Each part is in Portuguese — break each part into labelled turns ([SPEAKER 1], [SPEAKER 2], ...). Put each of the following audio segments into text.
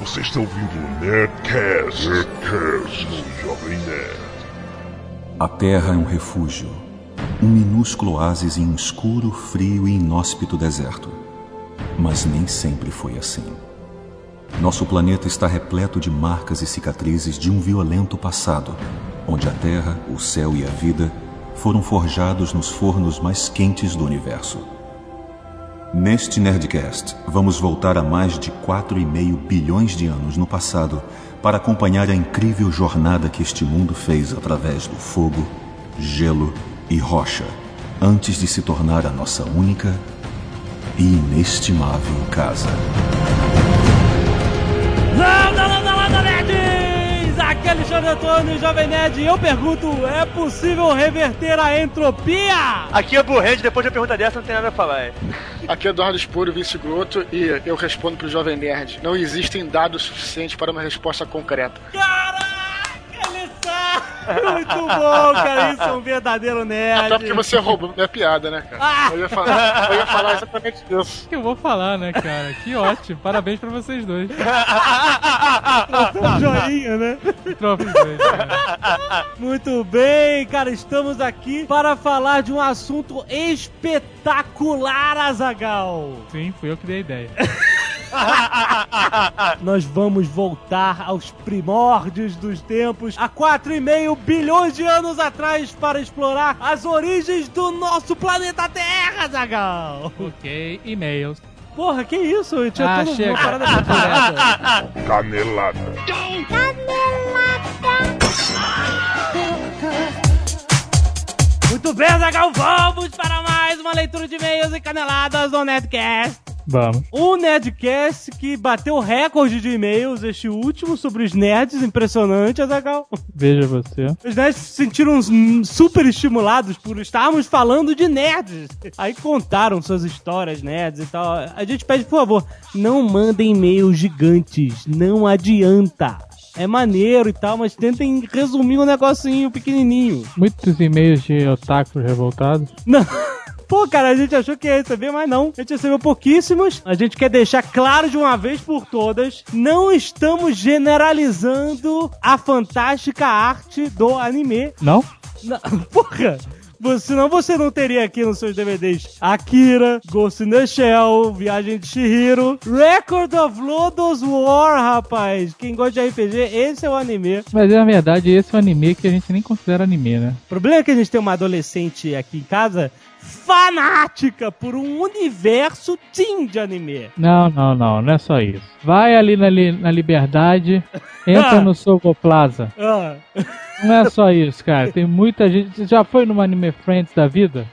[SPEAKER 1] Você está ouvindo o Nerdcast, Nerdcast do Jovem Nerd.
[SPEAKER 2] A Terra é um refúgio. Um minúsculo oásis em um escuro, frio e inóspito deserto. Mas nem sempre foi assim. Nosso planeta está repleto de marcas e cicatrizes de um violento passado, onde a Terra, o céu e a vida foram forjados nos fornos mais quentes do universo. Neste Nerdcast, vamos voltar a mais de 4,5 bilhões de anos no passado para acompanhar a incrível jornada que este mundo fez através do fogo, gelo e rocha, antes de se tornar a nossa única e inestimável casa.
[SPEAKER 3] Landa, landa, landa, nerds! Aqui é Alexandre Antônio, Jovem Nerd, e eu pergunto, é possível reverter a entropia?
[SPEAKER 4] Aqui é Blue Hand, depois de uma pergunta dessa não tem nada a falar. hein?
[SPEAKER 5] Aqui é Eduardo Esporo, vice Groto, e eu respondo pro Jovem Nerd. Não existem dados suficientes para uma resposta concreta.
[SPEAKER 3] Caraca, ele sabe! Muito bom, cara, isso é um verdadeiro nerd.
[SPEAKER 5] Até Ah, tá, porque você roubou minha piada, né, cara? Eu ia falar, eu ia falar exatamente isso.
[SPEAKER 6] que eu vou falar, né, cara? Que ótimo. Parabéns pra vocês dois.
[SPEAKER 3] Um joinha, né?
[SPEAKER 6] Tropos dois. né? cara.
[SPEAKER 3] Muito bem, cara, estamos aqui para falar de um assunto espetacular, Azagal.
[SPEAKER 6] Sim, fui eu que dei a ideia.
[SPEAKER 3] Nós vamos voltar aos primórdios dos tempos, há 4,5 bilhões de anos atrás, para explorar as origens do nosso planeta Terra, Zagal!
[SPEAKER 6] ok, e-mails.
[SPEAKER 3] Porra, que isso? Eu tinha
[SPEAKER 6] ah,
[SPEAKER 3] todo
[SPEAKER 6] chega.
[SPEAKER 3] uma parada né, muito
[SPEAKER 6] Direto.
[SPEAKER 1] Canelada.
[SPEAKER 3] Muito bem, Zagal, vamos para mais uma leitura de e-mails e caneladas no Netcast.
[SPEAKER 6] Vamos.
[SPEAKER 3] Um Nerdcast que bateu recorde de e-mails, este último, sobre os nerds, impressionante, Azagal.
[SPEAKER 6] Veja você.
[SPEAKER 3] Os nerds né, se sentiram hum, super estimulados por estarmos falando de nerds. Aí contaram suas histórias nerds e tal. A gente pede, por favor, não mandem e-mails gigantes. Não adianta. É maneiro e tal, mas tentem resumir um negocinho pequenininho.
[SPEAKER 6] Muitos e-mails de otakus revoltados.
[SPEAKER 3] Não. Pô, cara, a gente achou que ia receber, mas não. A gente recebeu pouquíssimos. A gente quer deixar claro de uma vez por todas: não estamos generalizando a fantástica arte do anime.
[SPEAKER 6] Não?
[SPEAKER 3] Não, porra! Você- Senão você não teria aqui nos seus DVDs Akira, Ghost in the Shell, Viagem de Shihiro, Record of Lodos War, rapaz. Quem gosta de RPG, esse é o anime.
[SPEAKER 6] Mas na verdade, esse é um anime que a gente nem considera anime, né?
[SPEAKER 3] O problema é que a gente tem uma adolescente aqui em casa fanática por um universo teen de anime.
[SPEAKER 6] Não, não, não. Não é só isso. Vai ali na, li- na Liberdade, entra no Sogo Plaza.
[SPEAKER 3] Ah,
[SPEAKER 6] Não é só isso, cara. Tem muita gente. Você já foi numa Anime Friends da vida?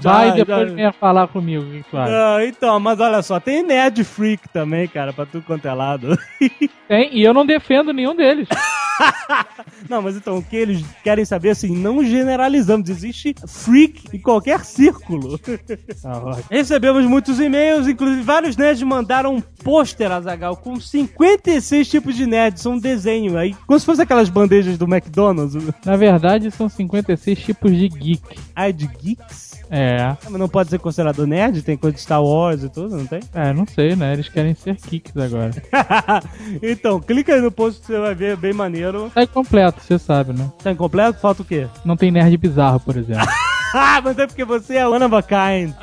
[SPEAKER 6] Vai
[SPEAKER 3] Já,
[SPEAKER 6] e depois
[SPEAKER 3] já.
[SPEAKER 6] venha falar comigo, o que que tu acha?
[SPEAKER 3] ah, então, mas olha só, tem Nerd Freak também, cara, pra tudo quanto é lado.
[SPEAKER 6] Tem, e eu não defendo nenhum deles.
[SPEAKER 3] Não, mas então, o que eles querem saber, assim, não generalizamos, existe freak em qualquer círculo. Recebemos muitos e-mails, inclusive vários nerds mandaram um pôster, Azagal, com 56 tipos de nerds, um desenho aí, como se fosse aquelas bandejas do McDonald's.
[SPEAKER 6] Na verdade, são 56 tipos de geek.
[SPEAKER 3] Ai, de geeks?
[SPEAKER 6] É,
[SPEAKER 3] Ah, Mas não pode ser considerado nerd? Tem coisa de Star Wars e tudo, não tem?
[SPEAKER 6] é, não sei, né? Eles querem ser geeks agora.
[SPEAKER 3] então, clica aí no post que você vai ver, bem maneiro.
[SPEAKER 6] Tá completo, você sabe, né?
[SPEAKER 3] Tá incompleto? Falta o quê?
[SPEAKER 6] Não tem nerd bizarro, por exemplo.
[SPEAKER 3] Ah, mas é porque você é one of a kind.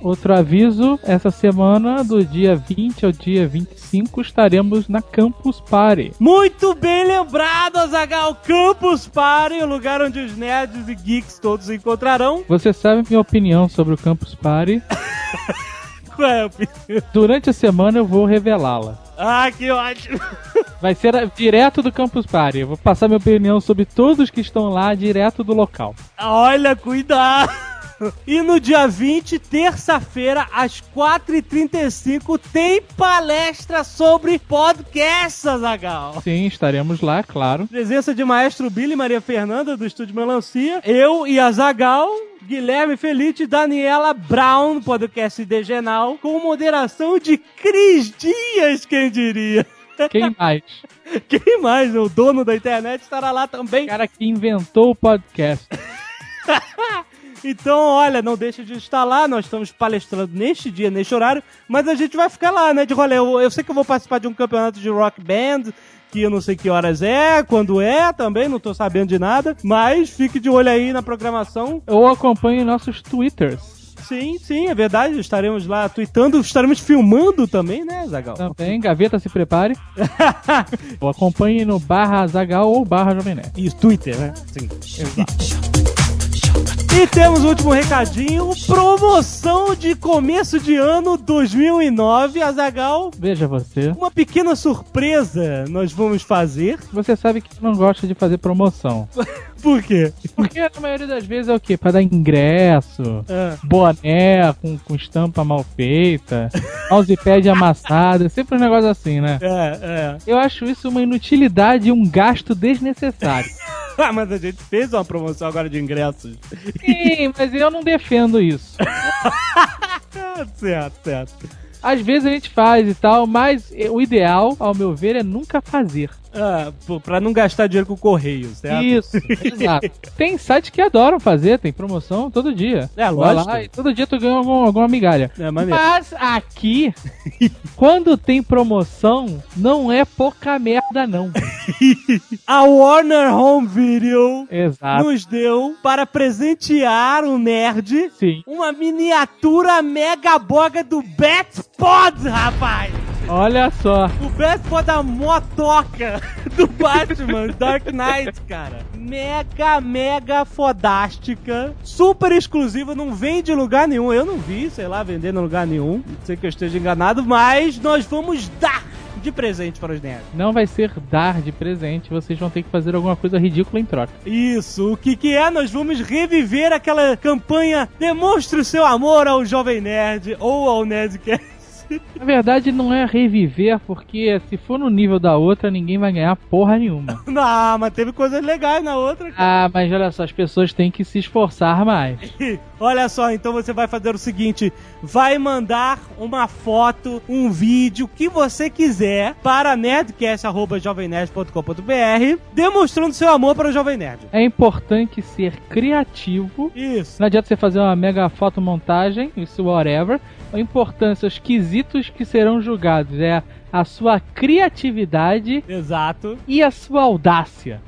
[SPEAKER 6] Outro aviso, essa semana, do dia 20 ao dia 25, estaremos na Campus Party.
[SPEAKER 3] Muito bem lembrado, Azagal. Campus Party, o lugar onde os nerds e geeks todos se encontrarão.
[SPEAKER 6] Você sabe minha opinião sobre o Campus Party.
[SPEAKER 3] Qual é a opinião?
[SPEAKER 6] Durante a semana eu vou revelá-la.
[SPEAKER 3] Ah, que ótimo.
[SPEAKER 6] Vai ser a- direto do Campus Party. Eu vou passar minha opinião sobre todos que estão lá, direto do local.
[SPEAKER 3] Olha, cuidado. E no dia 20, terça-feira, às 4h35, tem palestra sobre podcasts, Azagal.
[SPEAKER 6] Sim, estaremos lá, claro.
[SPEAKER 3] Presença de Maestro Billy e Maria Fernanda, do Estúdio Melancia. Eu e Azagal. Guilherme Felite e Daniela Brown, podcast Degenal, com moderação de Cris Dias, quem diria?
[SPEAKER 6] Quem mais?
[SPEAKER 3] Quem mais? O dono da internet estará lá também.
[SPEAKER 6] O cara que inventou o podcast.
[SPEAKER 3] Então, olha, não deixa de estar lá. Nós estamos palestrando neste dia, neste horário, mas a gente vai ficar lá, né? De rolê. Eu, eu sei que eu vou participar de um campeonato de rock band. Que eu não sei que horas é, quando é também, não tô sabendo de nada. Mas fique de olho aí na programação.
[SPEAKER 6] Ou acompanhe nossos twitters.
[SPEAKER 3] Sim, sim, é verdade. Estaremos lá tweetando, estaremos filmando também, né, Zagal?
[SPEAKER 6] Também, gaveta, se prepare. Ou acompanhe no barra Zagal ou barra Jovem Nerd.
[SPEAKER 3] E Twitter, né? Sim, exato. E temos o último recadinho, promoção de começo de ano 2009, Azagal.
[SPEAKER 6] Veja você.
[SPEAKER 3] Uma pequena surpresa nós vamos fazer.
[SPEAKER 6] Você sabe que não gosta de fazer promoção.
[SPEAKER 3] Por quê?
[SPEAKER 6] Porque na maioria das vezes é o quê? Pra dar ingresso,
[SPEAKER 3] Ah,
[SPEAKER 6] boné com, com estampa mal feita, mousepad amassado, é sempre um negócio assim, né?
[SPEAKER 3] é, é.
[SPEAKER 6] Eu acho isso uma inutilidade e um gasto desnecessário.
[SPEAKER 3] Ah, mas a gente fez uma promoção agora de ingressos.
[SPEAKER 6] Sim, mas eu não defendo isso.
[SPEAKER 3] Ah, certo, certo.
[SPEAKER 6] Às vezes a gente faz e tal, mas é, o ideal, ao meu ver, é nunca fazer.
[SPEAKER 3] Ah, pô, pra não gastar dinheiro com correio, certo?
[SPEAKER 6] Isso, exato. Tem sites que adoram fazer, tem promoção todo dia.
[SPEAKER 3] É,
[SPEAKER 6] Vai
[SPEAKER 3] lógico.
[SPEAKER 6] lá e todo dia tu ganha algum- alguma migalha.
[SPEAKER 3] É maneiro.
[SPEAKER 6] Mas aqui, quando tem promoção, não é pouca merda, não.
[SPEAKER 3] A Warner Home Video
[SPEAKER 6] Exato.
[SPEAKER 3] nos deu para presentear o nerd
[SPEAKER 6] Sim.
[SPEAKER 3] uma miniatura mega boga do Batpod, rapaz!
[SPEAKER 6] Olha só.
[SPEAKER 3] O Batpod da motoca do Batman Dark Knight, cara. Mega, mega fodástica. Super exclusiva, não vende em lugar nenhum. Eu não vi, sei lá, vender em lugar nenhum. Não sei que eu esteja enganado, mas nós vamos dar de presente para os nerds.
[SPEAKER 6] Não vai ser dar de presente, vocês vão ter que fazer alguma coisa ridícula em troca.
[SPEAKER 3] Isso, o que que é? Nós vamos reviver aquela campanha Demonstre o seu amor ao Jovem Nerd ou ao Nerdcast.
[SPEAKER 6] Na verdade, não é reviver, porque se for no nível da outra, ninguém vai ganhar porra nenhuma.
[SPEAKER 3] Não, ah, mas teve coisas legais na outra. cara.
[SPEAKER 6] Ah, mas olha só, as pessoas têm que se esforçar mais.
[SPEAKER 3] Olha só, então você vai fazer o seguinte: vai mandar uma foto, um vídeo, o que você quiser para nerdcast.jovemnerd.com.br demonstrando seu amor para o Jovem Nerd.
[SPEAKER 6] É importante ser criativo.
[SPEAKER 3] Isso.
[SPEAKER 6] Não adianta você fazer uma mega fotomontagem, isso whatever. A importância, os quesitos que serão julgados é a sua criatividade
[SPEAKER 3] Exato.
[SPEAKER 6] e a sua audácia.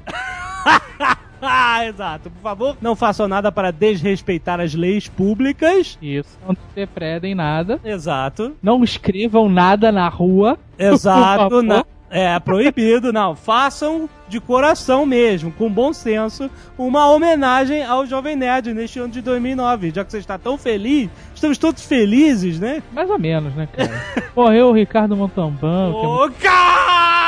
[SPEAKER 3] Ah, exato. Por favor, não façam nada para desrespeitar as leis públicas.
[SPEAKER 6] Isso, não depredem nada.
[SPEAKER 3] Exato.
[SPEAKER 6] Não escrevam nada na rua. Por
[SPEAKER 3] Exato,
[SPEAKER 6] favor.
[SPEAKER 3] na- é proibido, não. Façam de coração mesmo, com bom senso, uma homenagem ao Jovem Nerd neste ano de 2009. Já que você está tão feliz, estamos todos felizes, né?
[SPEAKER 6] Mais ou menos, né, cara? Morreu o Ricardo Montalbán, que é muito-
[SPEAKER 3] Ô, cara!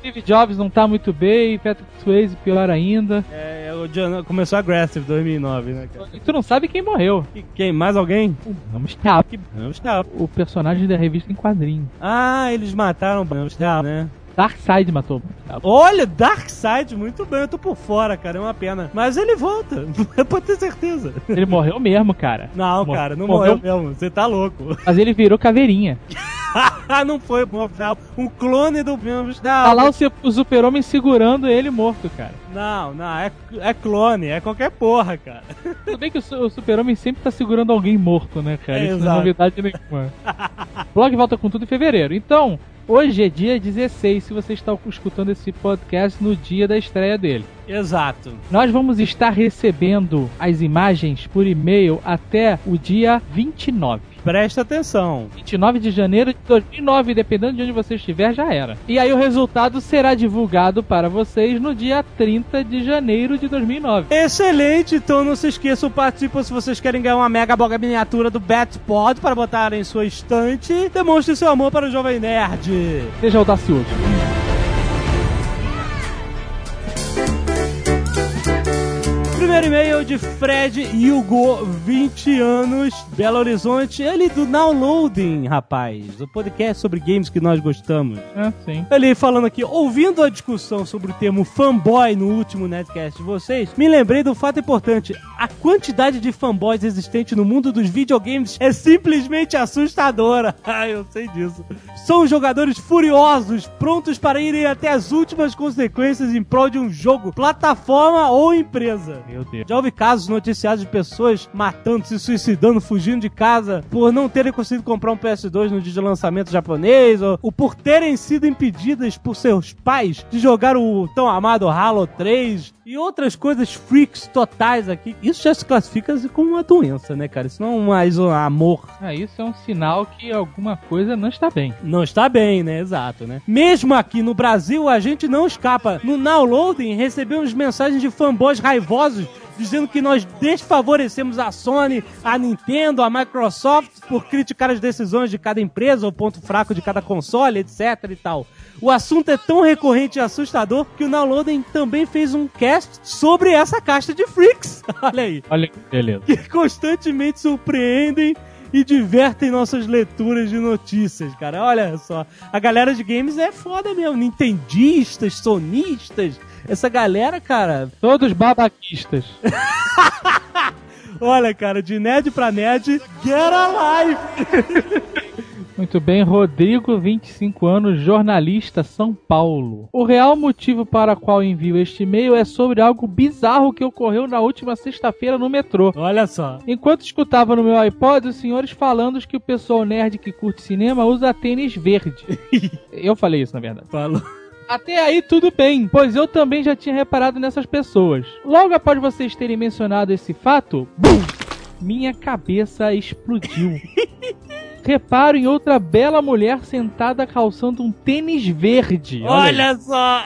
[SPEAKER 6] Steve Jobs não tá muito bem, Patrick Swayze pior ainda.
[SPEAKER 3] É, o Diana começou Aggressive 2009, né, cara?
[SPEAKER 6] E tu não sabe quem morreu.
[SPEAKER 3] E quem? Mais alguém?
[SPEAKER 6] Ramstab,
[SPEAKER 3] Amstel.
[SPEAKER 6] o personagem da revista em quadrinho.
[SPEAKER 3] Ah, eles mataram o Amstel, né?
[SPEAKER 6] Darkseid matou.
[SPEAKER 3] Olha, Darkseid, muito bem, eu tô por fora, cara, é uma pena. Mas ele volta, pode ter certeza.
[SPEAKER 6] Ele morreu mesmo, cara.
[SPEAKER 3] Não,
[SPEAKER 6] Mor-
[SPEAKER 3] cara, não morreu, mesmo. Você tá louco.
[SPEAKER 6] Mas ele virou caveirinha.
[SPEAKER 3] Ah, não foi bom, não. Um clone do Bimbos.
[SPEAKER 6] Tá
[SPEAKER 3] Não,
[SPEAKER 6] lá o, se- o super-homem segurando ele morto, cara.
[SPEAKER 3] não, não é, é clone, é qualquer porra, cara.
[SPEAKER 6] Tudo bem que o, su- o super-homem sempre tá segurando alguém morto, né, cara?
[SPEAKER 3] É,
[SPEAKER 6] Isso não é
[SPEAKER 3] exato.
[SPEAKER 6] novidade nenhuma. o blog volta com tudo em fevereiro. Então, hoje é dia 16, se você está escutando esse podcast no dia da estreia dele.
[SPEAKER 3] Exato.
[SPEAKER 6] Nós vamos estar recebendo as imagens por e-mail até o dia 29.
[SPEAKER 3] Presta atenção.
[SPEAKER 6] 29 de janeiro de 2009, dependendo de onde você estiver, já era. E aí o resultado será divulgado para vocês no dia 30 de janeiro de 2009.
[SPEAKER 3] Excelente, então não se esqueçam, participam se vocês querem ganhar uma mega boga miniatura do Batpod para botar em sua estante. Demonstre seu amor para o Jovem Nerd.
[SPEAKER 6] Seja audacioso.
[SPEAKER 3] Primeiro e-mail de Fred Hugo, 20 anos, Belo Horizonte. Ele do Downloading, rapaz. O podcast sobre games que nós gostamos.
[SPEAKER 6] Ah, sim.
[SPEAKER 3] Ele falando aqui, ouvindo a discussão sobre o termo fanboy no último netcast de vocês, me lembrei do fato importante. A quantidade de fanboys existente no mundo dos videogames é simplesmente assustadora. Ah, eu sei disso. São jogadores furiosos, prontos para irem até as últimas consequências em prol de um jogo, plataforma ou empresa.
[SPEAKER 6] Meu Deus.
[SPEAKER 3] Já houve casos noticiados de pessoas matando, se suicidando, fugindo de casa por não terem conseguido comprar um PS2 no dia de lançamento japonês, ou, ou por terem sido impedidas por seus pais de jogar o tão amado Halo 3 e outras coisas freaks totais aqui. Isso já se classifica como uma doença, né, cara? Isso não é mais um amor
[SPEAKER 6] Ah, isso é um sinal que alguma coisa não está bem.
[SPEAKER 3] não está bem, né? Exato, né? Mesmo aqui no Brasil, a gente não escapa. No downloading, recebemos mensagens de fanboys raivosos dizendo que nós desfavorecemos a Sony, a Nintendo, a Microsoft por criticar as decisões de cada empresa, o ponto fraco de cada console, etc e tal. O assunto é tão recorrente e assustador que o Downloading também fez um cast sobre essa caixa de freaks. Olha aí
[SPEAKER 6] Olha que beleza.
[SPEAKER 3] que constantemente surpreendem e divertem nossas leituras de notícias, cara. Olha só, a galera de games é foda mesmo. Nintendistas, sonistas, essa galera, cara.
[SPEAKER 6] Todos babaquistas.
[SPEAKER 3] Olha, cara, de nerd pra nerd, get a life!
[SPEAKER 6] Muito bem, Rodrigo, 25 anos, jornalista, São Paulo. O real motivo para qual envio este e-mail é sobre algo bizarro que ocorreu na última sexta-feira no metrô.
[SPEAKER 3] Olha só.
[SPEAKER 6] Enquanto escutava no meu iPod os senhores falando que o pessoal nerd que curte cinema usa tênis verde. Eu falei isso, na verdade.
[SPEAKER 3] Falou.
[SPEAKER 6] Até aí tudo bem, pois eu também já tinha reparado nessas pessoas. Logo após vocês terem mencionado esse fato, BUM! Minha cabeça explodiu. Reparo em outra bela mulher sentada calçando um tênis verde. aí.
[SPEAKER 3] Olha só!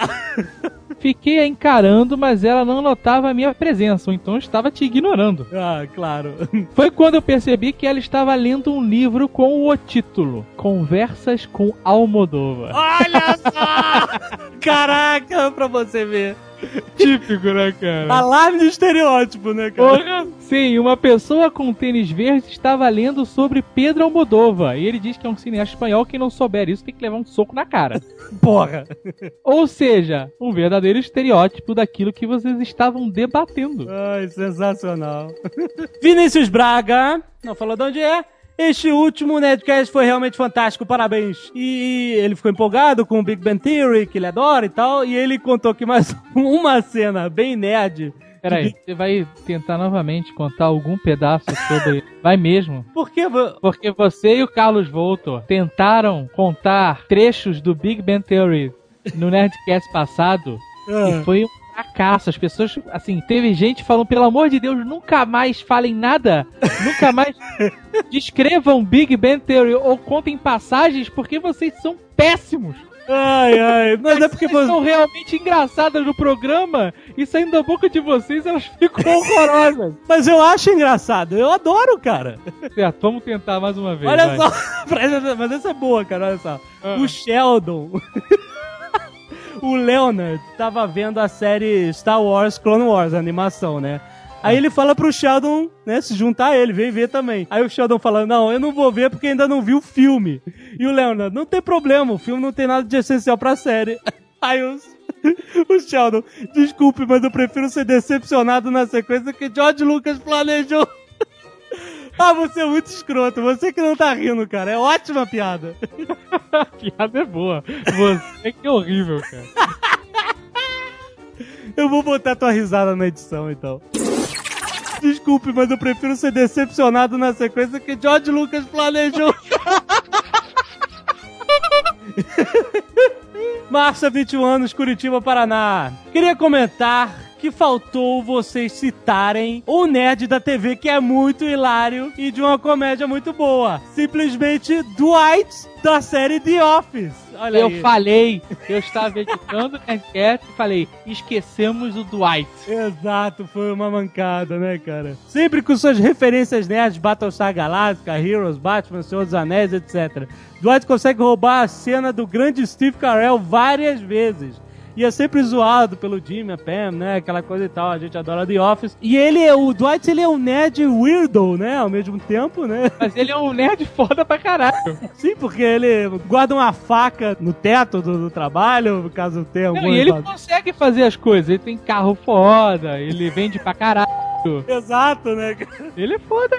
[SPEAKER 6] Fiquei a encarando, mas ela não notava a minha presença, ou então estava te ignorando.
[SPEAKER 3] Ah, claro.
[SPEAKER 6] Foi quando eu percebi que ela estava lendo um livro com o título Conversas com Almodóvar.
[SPEAKER 3] Olha só! Caraca, pra você ver.
[SPEAKER 6] Típico, né,
[SPEAKER 3] É.
[SPEAKER 6] cara?
[SPEAKER 3] Alarme de estereótipo, né, cara?
[SPEAKER 6] Porra! Sim, uma pessoa com tênis verde estava lendo sobre Pedro Almodóvar. E ele diz que é um cineasta espanhol. Quem não souber isso tem que levar um soco na cara.
[SPEAKER 3] Porra!
[SPEAKER 6] Ou seja, um verdadeiro estereótipo daquilo que vocês estavam debatendo.
[SPEAKER 3] Ai, sensacional. Vinícius Braga, não falou de onde é. Este último Nerdcast foi realmente fantástico, parabéns. E ele ficou empolgado com o Big Bang Theory, que ele adora e tal, e ele contou que mais uma cena bem nerd.
[SPEAKER 6] Peraí, você vai tentar novamente contar algum pedaço sobre. Vai mesmo.
[SPEAKER 3] Porque
[SPEAKER 6] Porque você e o Carlos Voltor tentaram contar trechos do Big Bang Theory no Nerdcast passado
[SPEAKER 3] Ah.
[SPEAKER 6] E foi um fracasso. As pessoas, assim, teve gente falando, pelo amor de Deus, nunca mais falem nada. Nunca mais descrevam Big Bang Theory ou contem passagens, porque vocês são péssimos.
[SPEAKER 3] ai, ai, mas é porque
[SPEAKER 6] Vocês
[SPEAKER 3] você...
[SPEAKER 6] são realmente engraçadas no programa e saindo da boca de vocês elas ficam horrorosas.
[SPEAKER 3] Mas eu acho engraçado, eu adoro, cara.
[SPEAKER 6] certo, vamos tentar mais uma vez.
[SPEAKER 3] Olha
[SPEAKER 6] vai.
[SPEAKER 3] só, presta- mas essa é boa, cara, olha só.
[SPEAKER 6] Ah.
[SPEAKER 3] O Sheldon. o Leonard tava vendo a série Star Wars Clone Wars, a animação, né? Aí ele fala pro Sheldon, né, se juntar a ele, vem ver também. Aí o Sheldon fala, não, eu não vou ver porque ainda não vi o filme. E o Leonard, não tem problema, o filme não tem nada de essencial pra série. Aí o, o Sheldon, desculpe, mas eu prefiro ser decepcionado na sequência que George Lucas planejou. Ah, você é muito escroto. Você que não tá rindo, cara. É ótima piada.
[SPEAKER 6] A piada é boa. Você que é horrível, cara.
[SPEAKER 3] Eu vou botar tua risada na edição, então. Desculpe, mas eu prefiro ser decepcionado na sequência que George Lucas planejou. Marcia, 21 anos, Curitiba, Paraná. Queria comentar que faltou vocês citarem o nerd da TV que é muito hilário e de uma comédia muito boa. Simplesmente Dwight da série The Office. Olha
[SPEAKER 6] Eu
[SPEAKER 3] aí.
[SPEAKER 6] falei, eu estava editando o Nerdcast e falei, esquecemos o Dwight.
[SPEAKER 3] Exato, foi uma mancada, né, cara? Sempre com suas referências nerds, Battlestar Galactica, Heroes, Batman, Senhor dos Anéis, etc. Dwight consegue roubar a cena do grande Steve Carell várias vezes. E é sempre zoado pelo Jimmy, a Pam, né? Aquela coisa e tal. A gente adora The Office. E ele, é o Dwight, ele é um nerd weirdo, né? Ao mesmo tempo, né?
[SPEAKER 6] Mas ele é um nerd foda pra caralho.
[SPEAKER 3] Sim, porque ele guarda uma faca no teto do, do trabalho, caso tenha algum...
[SPEAKER 6] e ele consegue fazer as coisas. Ele tem carro foda, ele vende pra caralho.
[SPEAKER 3] Exato, né?
[SPEAKER 6] Ele é foda.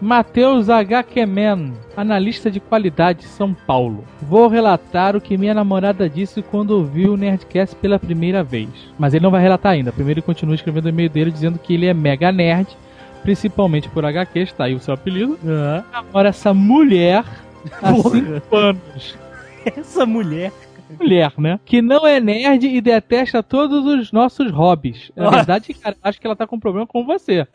[SPEAKER 7] Matheus H. Kemen, analista de qualidade São Paulo. Vou relatar o que minha namorada disse quando ouviu o Nerdcast pela primeira vez. Mas ele não vai relatar ainda. Primeiro ele continua escrevendo o e-mail dele dizendo que ele é mega nerd, principalmente por HQs, tá aí o seu apelido.
[SPEAKER 3] Ah,
[SPEAKER 7] Agora essa mulher, há
[SPEAKER 3] Porra.
[SPEAKER 7] cinco anos,
[SPEAKER 3] essa mulher.
[SPEAKER 7] mulher, né? Que não é nerd e detesta todos os nossos hobbies. Na verdade, cara, acho que ela tá com problema com você.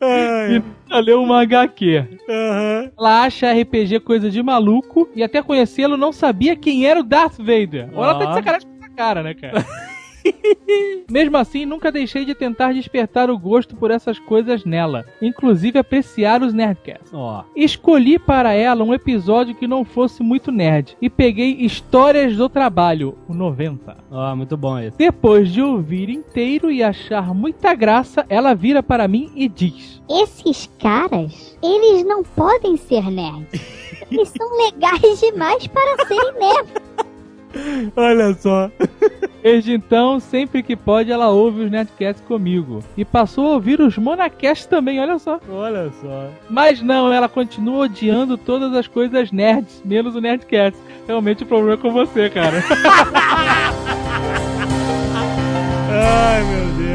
[SPEAKER 3] Ai,
[SPEAKER 7] Ela leu uma HQ.
[SPEAKER 3] aham.
[SPEAKER 7] Ela acha RPG coisa de maluco e até conhecê-lo não sabia quem era o Darth Vader. Ou ela tá
[SPEAKER 3] Ó.
[SPEAKER 7] de sacanagem com essa cara, né, cara? Mesmo assim, nunca deixei de tentar despertar o gosto por essas coisas nela, inclusive apreciar os Nerdcasts.
[SPEAKER 3] Ó.
[SPEAKER 7] Escolhi para ela um episódio que não fosse muito nerd e peguei Histórias do Trabalho, o 90.
[SPEAKER 3] Ó, muito bom esse.
[SPEAKER 7] Depois de ouvir inteiro e achar muita graça, ela vira para mim e diz:
[SPEAKER 8] Esses caras, eles não podem ser nerds. Eles são legais demais para serem nerds.
[SPEAKER 3] Olha só.
[SPEAKER 7] Desde então, sempre que pode, ela ouve os Nerdcasts comigo. E passou a ouvir os Monacasts também, olha só.
[SPEAKER 3] Olha só.
[SPEAKER 7] Mas não, ela continua odiando todas as coisas nerds, menos o Nerdcast. Realmente o problema é com você, cara.
[SPEAKER 3] Ai, meu Deus.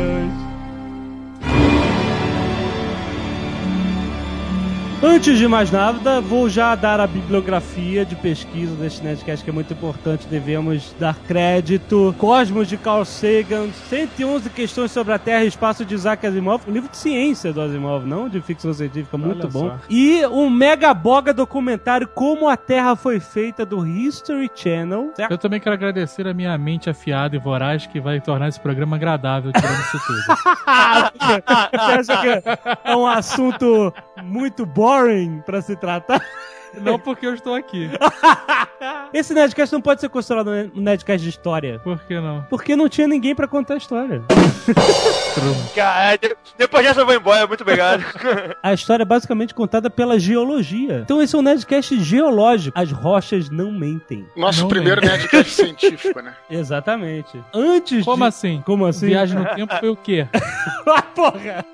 [SPEAKER 3] Antes de mais nada, vou já dar a bibliografia de pesquisa deste Nerdcast, que é muito importante. Devemos dar crédito. Cosmos, de Carl Sagan. 111 questões sobre a Terra e Espaço, de Isaac Asimov. Um livro de ciência do Asimov, não de ficção científica. Muito
[SPEAKER 7] Olha
[SPEAKER 3] bom.
[SPEAKER 7] só.
[SPEAKER 3] E um mega boga documentário Como a Terra Foi Feita, do History Channel. Certo?
[SPEAKER 6] Eu também quero agradecer a minha mente afiada e voraz que vai tornar esse programa agradável tirando isso tudo.
[SPEAKER 3] Você acha que é um assunto muito boring pra se tratar?
[SPEAKER 6] Não porque eu estou aqui.
[SPEAKER 3] Esse Nerdcast não pode ser considerado um Nerdcast de história.
[SPEAKER 6] Por que não?
[SPEAKER 3] Porque não tinha ninguém pra contar a história.
[SPEAKER 4] Cara, de- depois dessa eu vou embora, muito obrigado.
[SPEAKER 3] A história é basicamente contada pela geologia. Então esse é um Nerdcast geológico. As rochas não mentem.
[SPEAKER 5] Nosso
[SPEAKER 6] Não
[SPEAKER 5] primeiro Nerdcast científico, né?
[SPEAKER 3] Exatamente. Antes
[SPEAKER 6] Como
[SPEAKER 3] de...
[SPEAKER 6] assim?
[SPEAKER 3] Como assim?
[SPEAKER 6] Viagem no tempo foi o quê?
[SPEAKER 3] Ah, porra!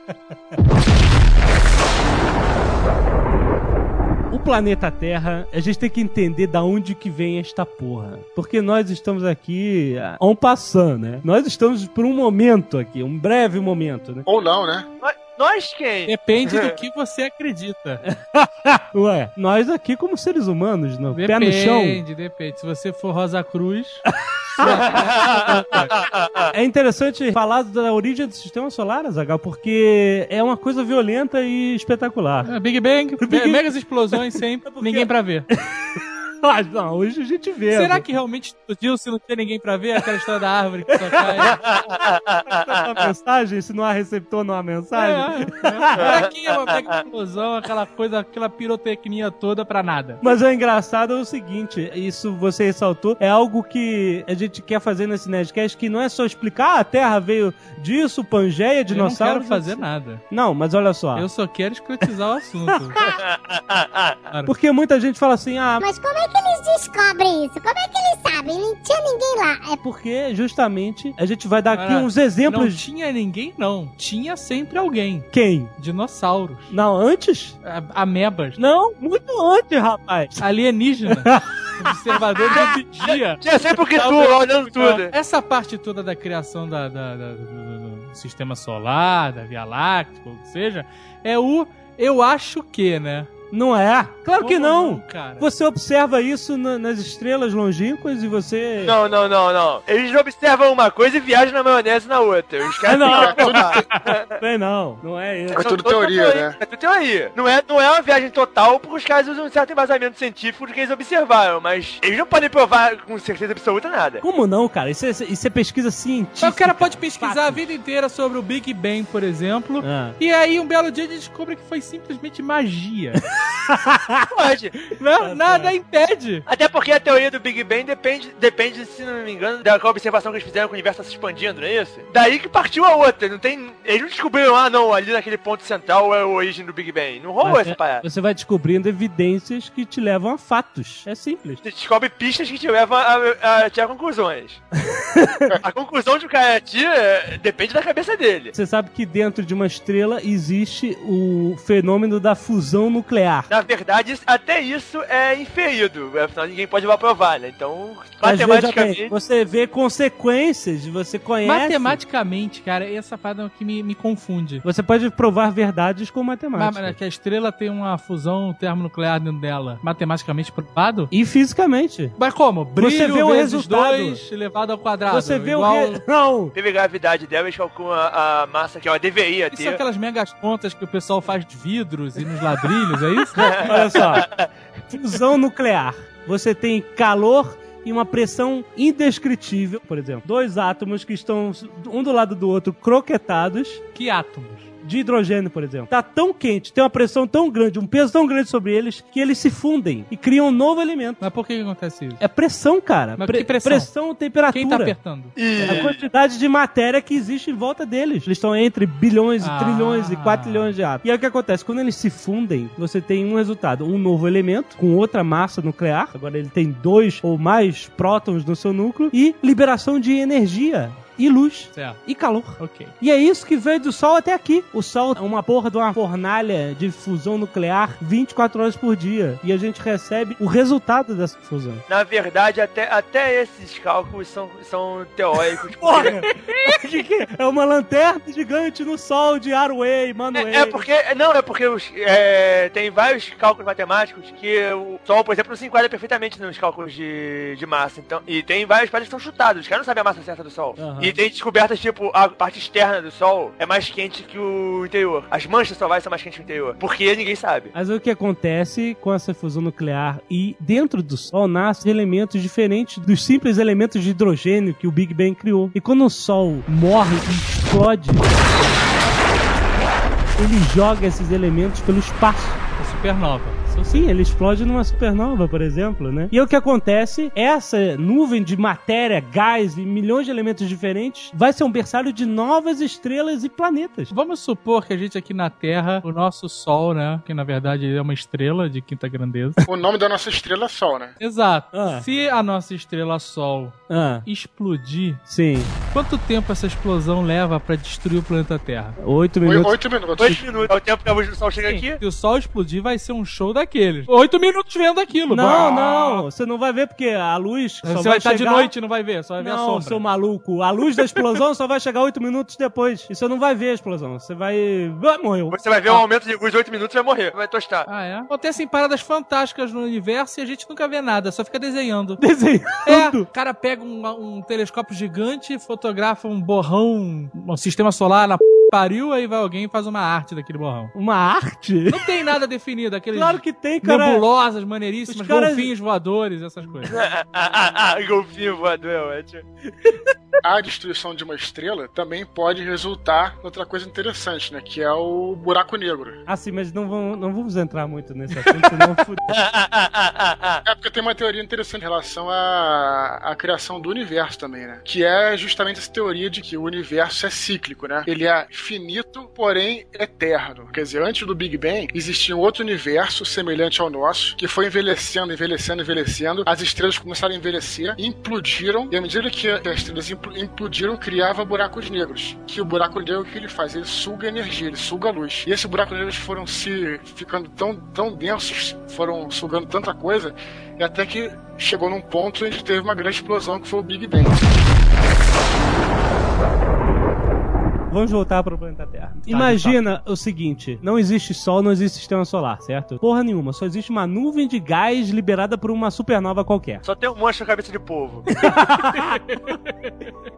[SPEAKER 3] O planeta Terra, a gente tem que entender da onde que vem esta porra. Porque nós estamos aqui a um passando, né? Nós estamos por um momento aqui, um breve momento, né?
[SPEAKER 5] Ou não, né?
[SPEAKER 4] Nós quem?
[SPEAKER 6] Depende do que você acredita.
[SPEAKER 3] Ué, nós aqui como seres humanos, no
[SPEAKER 6] Depende,
[SPEAKER 3] pé no chão.
[SPEAKER 6] depende. Se você for Rosa Cruz,
[SPEAKER 3] É interessante falar da origem do sistema solar, Azaghal, porque é uma coisa violenta e espetacular.
[SPEAKER 6] é, Big Bang,
[SPEAKER 3] Big-
[SPEAKER 6] be- megas explosões sempre,
[SPEAKER 3] Por quê?
[SPEAKER 6] ninguém pra ver.
[SPEAKER 3] Ah, não, hoje a gente vê. né?
[SPEAKER 6] Será que realmente explodiu se não tem ninguém pra ver aquela história da árvore que só cai?
[SPEAKER 3] uma mensagem? Se não há receptor, não há mensagem?
[SPEAKER 6] É, é. Pra que uma mega explosão, aquela coisa, aquela pirotecnia toda pra nada?
[SPEAKER 3] Mas o engraçado é o seguinte, isso você ressaltou, é algo que a gente quer fazer nesse Nerdcast, que não é só explicar, ah, a Terra veio disso, Pangeia,
[SPEAKER 6] Eu não
[SPEAKER 3] dinossauro...
[SPEAKER 6] quero fazer nada.
[SPEAKER 3] Não, mas olha só,
[SPEAKER 6] Eu só quero escrotizar o assunto.
[SPEAKER 3] porque muita gente fala assim, ah,
[SPEAKER 8] Mas como é que eles descobrem isso? Como é que eles sabem? Não tinha ninguém lá. É
[SPEAKER 3] porque justamente a gente vai dar aqui
[SPEAKER 6] Cara,
[SPEAKER 3] uns
[SPEAKER 6] Não
[SPEAKER 3] exemplos de
[SPEAKER 6] tinha ninguém, não. Tinha sempre alguém.
[SPEAKER 3] quem?
[SPEAKER 6] Dinossauros.
[SPEAKER 3] Não, antes?
[SPEAKER 6] A- Amebas.
[SPEAKER 3] Não, muito antes, rapaz.
[SPEAKER 6] Alienígena. Observador de vigia.
[SPEAKER 4] Tinha sempre o que tu, lá olhando tudo.
[SPEAKER 6] Essa parte toda da criação da, da- da- do, do- do sistema solar, da Via Láctea, ou o que seja, é o eu acho que, né?
[SPEAKER 3] Não é? Claro que
[SPEAKER 6] Como
[SPEAKER 3] não.
[SPEAKER 6] cara.
[SPEAKER 3] Você observa isso na- nas estrelas longínquas e você...
[SPEAKER 4] Não, não, não, não. Eles observam uma coisa e viajam na maionese na outra. Os caras
[SPEAKER 3] Não.
[SPEAKER 4] ficam-
[SPEAKER 3] Bem, não, não é isso.
[SPEAKER 5] É tudo
[SPEAKER 4] São todas
[SPEAKER 5] teoria,
[SPEAKER 4] teorias,
[SPEAKER 5] né?
[SPEAKER 4] É tudo teoria. Não é, não é uma viagem total, porque os caras usam um certo embasamento científico do que eles observaram, mas eles não podem provar com certeza absoluta nada.
[SPEAKER 3] Como não, cara? Isso é, isso é pesquisa
[SPEAKER 6] Mas
[SPEAKER 3] científica.
[SPEAKER 6] o cara pode pesquisar a
[SPEAKER 3] Fato.
[SPEAKER 6] vida inteira sobre o Big Bang, por exemplo.
[SPEAKER 3] Ah.
[SPEAKER 6] E aí, um belo dia, a gente descobre que foi simplesmente magia.
[SPEAKER 4] Pode.
[SPEAKER 3] Tá
[SPEAKER 6] Não, nada impede.
[SPEAKER 4] Até porque a teoria do Big Bang depende, depende se não me engano, da qual observação que eles fizeram que o universo tá se expandindo, não é isso? Daí que partiu a outra. Não tem, eles não descobriram, ah, não, ali naquele ponto central é a origem do Big Bang. Não rolou
[SPEAKER 3] Mas
[SPEAKER 4] essa
[SPEAKER 3] é-
[SPEAKER 4] parada.
[SPEAKER 3] Você vai descobrindo evidências que te levam a fatos. É simples.
[SPEAKER 4] Você descobre pistas que te levam a, a- a tirar conclusões. a conclusão de um cara tira é, depende da cabeça dele.
[SPEAKER 3] Você sabe que dentro de uma estrela existe o fenômeno da fusão nuclear.
[SPEAKER 4] Na verdade, isso- até isso é inferido. Afinal, ninguém pode provar, né? Então,
[SPEAKER 3] Às vezes até
[SPEAKER 4] matematicamente.
[SPEAKER 3] você vê consequências, você conhece.
[SPEAKER 6] Matematicamente, cara, essa parada é o que me, me confunde.
[SPEAKER 3] Você pode provar verdades com
[SPEAKER 6] Mas,
[SPEAKER 3] matemática.
[SPEAKER 6] mas que a estrela tem uma fusão termonuclear dentro dela, matematicamente provado?
[SPEAKER 3] E fisicamente.
[SPEAKER 6] Mas como? Brilho
[SPEAKER 3] Você vê o
[SPEAKER 6] vezes
[SPEAKER 3] resultado.
[SPEAKER 6] dois elevado ao quadrado.
[SPEAKER 3] Você vê
[SPEAKER 6] igual... um-
[SPEAKER 3] o que. Não!
[SPEAKER 4] Teve gravidade dela, eles calculam a, a massa que ela deveria
[SPEAKER 6] Isso são
[SPEAKER 3] é
[SPEAKER 4] ter.
[SPEAKER 6] aquelas megas contas que o pessoal faz de vidros e nos ladrilhos, é isso?
[SPEAKER 3] Olha só. Fusão nuclear. Você tem calor e uma pressão indescritível. Por exemplo, dois átomos que estão um do lado do outro croquetados.
[SPEAKER 6] que átomos?
[SPEAKER 3] de hidrogênio, por exemplo, tá tão quente, tem uma pressão tão grande, um peso tão grande sobre eles, que eles se fundem e criam um novo elemento.
[SPEAKER 6] Mas por que, que acontece isso?
[SPEAKER 3] É pressão, cara.
[SPEAKER 6] Mas que pressão?
[SPEAKER 3] pressão, temperatura.
[SPEAKER 6] Quem tá apertando?
[SPEAKER 3] A quantidade de matéria que existe em volta deles. Eles estão entre bilhões, e
[SPEAKER 6] Ah.
[SPEAKER 3] trilhões e quatrilhões de átomos. E aí o que acontece? Quando eles se fundem, você tem um resultado: um novo elemento com outra massa nuclear. Agora ele tem dois ou mais prótons no seu núcleo. E liberação de energia, e luz,
[SPEAKER 6] Certo.
[SPEAKER 3] e calor.
[SPEAKER 6] Ok.
[SPEAKER 3] E é isso que veio do Sol até aqui. O Sol é uma porra de uma fornalha de fusão nuclear 24 horas por dia. E a gente recebe o resultado dessa fusão.
[SPEAKER 4] Na verdade, até, até esses cálculos são, são teóricos.
[SPEAKER 3] Porra! Que que é? é uma lanterna gigante no Sol de Arway, Manway.
[SPEAKER 4] É, é porque. Não, é porque os, é, tem vários cálculos matemáticos que o Sol, por exemplo, não se enquadra perfeitamente nos cálculos de, de massa. Então, e tem vários pares que são chutados. Os caras não sabem a massa certa do Sol.
[SPEAKER 3] Aham.
[SPEAKER 4] E tem descobertas tipo a parte externa do Sol é mais quente que o interior. As manchas solares são mais quentes que o interior. Porque ninguém sabe.
[SPEAKER 3] Mas o que acontece com essa fusão nuclear e dentro do Sol nascem elementos diferentes dos simples elementos de hidrogênio que o Big Bang criou. E quando o Sol morre e explode, ele joga esses elementos pelo espaço.
[SPEAKER 6] É supernova.
[SPEAKER 3] Então, Sim, ele explode numa supernova, por exemplo, né? E o que acontece? Essa nuvem de matéria, gás e milhões de elementos diferentes vai ser um berçário de novas estrelas e planetas.
[SPEAKER 6] Vamos supor que a gente aqui na Terra, o nosso Sol, né? Que na verdade é uma estrela de quinta grandeza.
[SPEAKER 5] O nome da nossa estrela é Sol, né?
[SPEAKER 6] Exato.
[SPEAKER 3] Ah.
[SPEAKER 6] Se a nossa estrela Sol
[SPEAKER 3] Ah,
[SPEAKER 6] explodir,
[SPEAKER 3] sim.
[SPEAKER 6] quanto tempo essa explosão leva pra destruir o planeta Terra?
[SPEAKER 3] Oito
[SPEAKER 5] Oi-
[SPEAKER 3] minutos.
[SPEAKER 5] Oito minutos.
[SPEAKER 4] Dois minutos. É o tempo que a luz do Sol chega
[SPEAKER 6] Sim,
[SPEAKER 4] aqui.
[SPEAKER 6] Se o Sol explodir, vai ser um show daqueles. Oito minutos vendo aquilo.
[SPEAKER 3] Não,
[SPEAKER 6] Bah.
[SPEAKER 3] não. Você não vai ver porque a luz só
[SPEAKER 6] Você vai estar de
[SPEAKER 3] chegar-
[SPEAKER 6] noite, não vai ver, só vai ver a
[SPEAKER 3] Não,
[SPEAKER 6] sombra.
[SPEAKER 3] seu maluco. A luz da explosão só vai chegar oito minutos depois. E você não vai ver a explosão. Você vai... Ah, morreu.
[SPEAKER 4] Você vai ver um aumento de luz de 8 minutos e vai morrer. Vai tostar.
[SPEAKER 6] Ah, é? Acontecem paradas fantásticas no universo e a gente nunca vê nada, só fica desenhando. É, o
[SPEAKER 3] Desenhando.
[SPEAKER 6] cara pega um, um telescópio gigante, fotografa um borrão, um sistema solar na p... pariu, aí vai alguém e faz uma arte daquele borrão.
[SPEAKER 3] Uma arte?
[SPEAKER 6] Não tem nada definido, aqueles
[SPEAKER 3] Claro que tem, cara.
[SPEAKER 6] nebulosas, maneiríssimas,
[SPEAKER 3] os caras-
[SPEAKER 6] golfinhos voadores, essas coisas.
[SPEAKER 4] Ah, ah, ah, ah, golfinho voador, é ótimo.
[SPEAKER 5] A destruição de uma estrela também pode resultar em outra coisa interessante, né? Que é o buraco negro.
[SPEAKER 3] Ah, sim, mas não, vão, não vamos entrar muito nesse assunto, senão fudeu.
[SPEAKER 4] Ah, ah, ah, ah, ah, ah.
[SPEAKER 5] É porque tem uma teoria interessante em relação à, à criação do universo também, né? Que é justamente essa teoria de que o universo é cíclico, né? Ele é finito, porém eterno. Quer dizer, antes do Big Bang, existia um outro universo semelhante ao nosso, que foi envelhecendo, envelhecendo, envelhecendo. As estrelas começaram a envelhecer, implodiram, e à medida que as estrelas impl- implodiram, criava buracos negros. Que o buraco negro, o que ele faz? Ele suga energia, ele suga luz. E esses buracos negros foram se ficando tão, tão densos, foram sugando tanta coisa, e até que chegou num ponto onde teve uma grande explosão que foi o Big Bang.
[SPEAKER 3] Vamos voltar para o planeta Terra. Imagina o seguinte: não existe Sol, não existe sistema solar, certo? Porra nenhuma, só existe uma nuvem de gás liberada por uma supernova qualquer.
[SPEAKER 4] Só tem um monstro na cabeça de povo.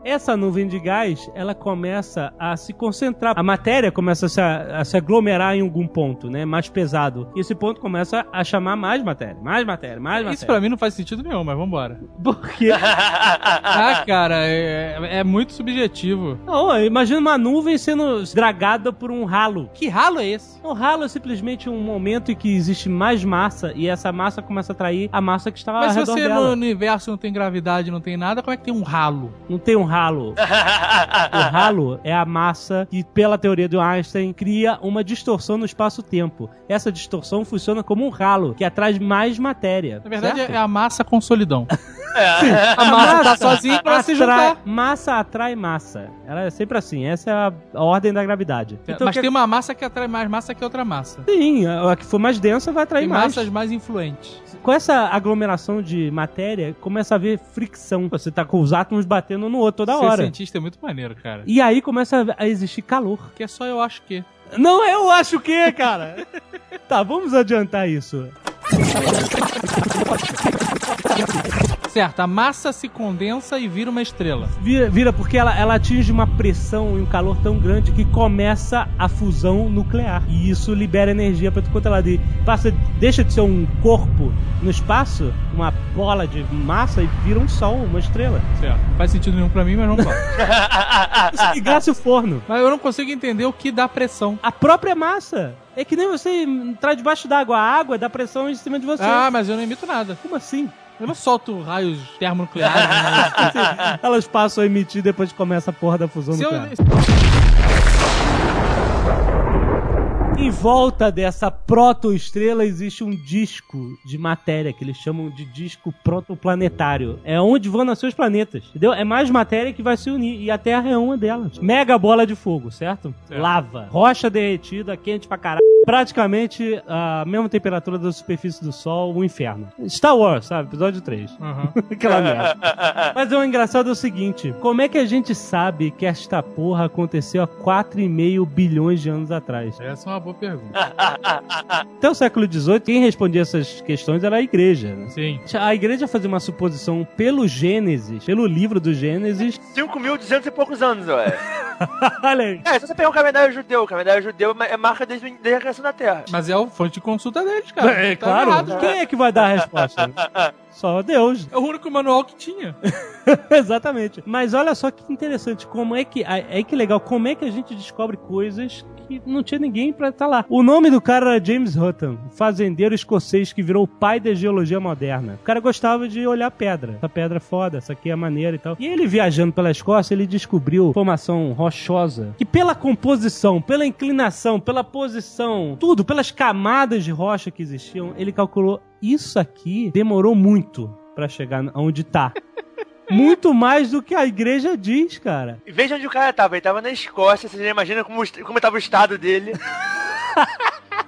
[SPEAKER 3] Essa nuvem de gás, ela começa a se concentrar. A matéria começa a se, a se aglomerar em algum ponto, né? Mais pesado. E esse ponto começa a chamar mais matéria, mais matéria, mais matéria.
[SPEAKER 6] Isso pra mim não faz sentido nenhum, mas vambora.
[SPEAKER 3] Por quê?
[SPEAKER 6] Ah, cara, é, é muito subjetivo.
[SPEAKER 3] Não, imagina uma nuvem sendo dragada por um ralo.
[SPEAKER 7] Que ralo é esse?
[SPEAKER 3] O ralo é simplesmente um momento em que existe mais massa e essa massa começa a atrair a massa que estava ao
[SPEAKER 6] Mas se
[SPEAKER 3] Ah, redor
[SPEAKER 6] você
[SPEAKER 3] dela.
[SPEAKER 6] no, no universo não tem gravidade, não tem nada, como é que tem um ralo?
[SPEAKER 3] Não tem um ralo. O ralo é a massa que, pela teoria do Einstein, cria uma distorção no espaço-tempo. Essa distorção funciona como um ralo, que atrai mais matéria.
[SPEAKER 6] Na verdade,
[SPEAKER 3] certo?
[SPEAKER 6] é a massa com solidão.
[SPEAKER 4] É.
[SPEAKER 6] A massa tá sozinha pra se
[SPEAKER 3] Atrai-
[SPEAKER 6] juntar.
[SPEAKER 3] Massa atrai massa. Ela é sempre assim. Essa é a, a ordem da gravidade.
[SPEAKER 6] É,
[SPEAKER 3] Então,
[SPEAKER 6] Mas
[SPEAKER 3] que-
[SPEAKER 6] tem uma massa que atrai mais massa que outra massa.
[SPEAKER 3] Sim, a a que for mais densa vai atrair
[SPEAKER 6] Tem
[SPEAKER 3] mais.
[SPEAKER 6] massas mais influentes.
[SPEAKER 3] Com essa aglomeração de matéria, começa a haver fricção. Você tá com os átomos batendo no outro toda
[SPEAKER 6] Ser
[SPEAKER 3] hora.
[SPEAKER 6] cientista é muito maneiro, cara.
[SPEAKER 3] E aí começa a- a existir calor.
[SPEAKER 6] Que é só eu acho que.
[SPEAKER 3] Não, eu acho que, cara. tá, vamos adiantar isso.
[SPEAKER 6] Certo, a massa se condensa e vira uma estrela.
[SPEAKER 3] Vira, vira porque ela, ela atinge uma pressão e um calor tão grande que começa a fusão nuclear. E isso libera energia pra tu quanto ela de, passa, deixa de ser um corpo no espaço, uma bola de massa e vira um sol, uma estrela.
[SPEAKER 6] Certo. Não faz sentido nenhum pra mim, mas vamos lá.
[SPEAKER 3] Isso ligasse o forno.
[SPEAKER 6] Mas eu não consigo entender o que dá pressão.
[SPEAKER 3] A própria massa. É que nem você entrar debaixo d'água. A água dá pressão em cima de você.
[SPEAKER 6] Ah, mas eu não emito nada.
[SPEAKER 3] Como assim?
[SPEAKER 6] Eu não solto raios termonucleares. né?
[SPEAKER 3] Elas passam a emitir e depois começa a porra da fusão
[SPEAKER 6] Se eu-
[SPEAKER 3] nuclear. Em volta dessa protoestrela existe um disco de matéria que eles chamam de disco protoplanetário. É onde vão nascer os planetas, entendeu? É mais matéria que vai se unir e a Terra é uma delas. Mega bola de fogo, certo? Lava, rocha derretida, quente pra caralho. Praticamente a mesma temperatura da superfície do Sol, o inferno. Star Wars, sabe? Episódio 3.
[SPEAKER 6] Aham.
[SPEAKER 3] Aquela merda. Mas o engraçado é o seguinte: como é que a gente sabe que esta porra aconteceu há 4,5 bilhões de anos atrás?
[SPEAKER 6] Essa é uma boa pergunta.
[SPEAKER 3] Até o século XVIII, quem respondia essas questões era a igreja. né?
[SPEAKER 6] Sim.
[SPEAKER 3] A igreja fazia uma suposição pelo Gênesis, pelo livro do Gênesis.
[SPEAKER 4] 5.200 e poucos anos, ué.
[SPEAKER 3] Olha aí.
[SPEAKER 4] É, se você pegar o calendário judeu, o calendário judeu é marca desde, desde a criação da Terra.
[SPEAKER 6] Mas é a fonte de consulta deles, cara.
[SPEAKER 3] É,
[SPEAKER 6] Tá
[SPEAKER 3] claro.
[SPEAKER 6] errado, cara.
[SPEAKER 3] quem é que vai dar a resposta? Só Deus.
[SPEAKER 6] É o único manual que tinha.
[SPEAKER 3] Exatamente. Mas olha só que interessante, como é que. É que legal, como é que a gente descobre coisas que não tinha ninguém pra estar lá. O nome do cara era James Hutton, fazendeiro escocês que virou o pai da geologia moderna. O cara gostava de olhar pedra. Essa pedra é foda, essa aqui é maneira e tal. E ele viajando pela Escócia, ele descobriu formação rochosa que pela composição, pela inclinação, pela posição, tudo, pelas camadas de rocha que existiam, ele calculou isso aqui demorou muito pra chegar onde tá. Muito mais do que a igreja diz, cara.
[SPEAKER 4] E veja onde o cara tava. Ele tava na Escócia, você já imagina como, est- como tava o estado dele.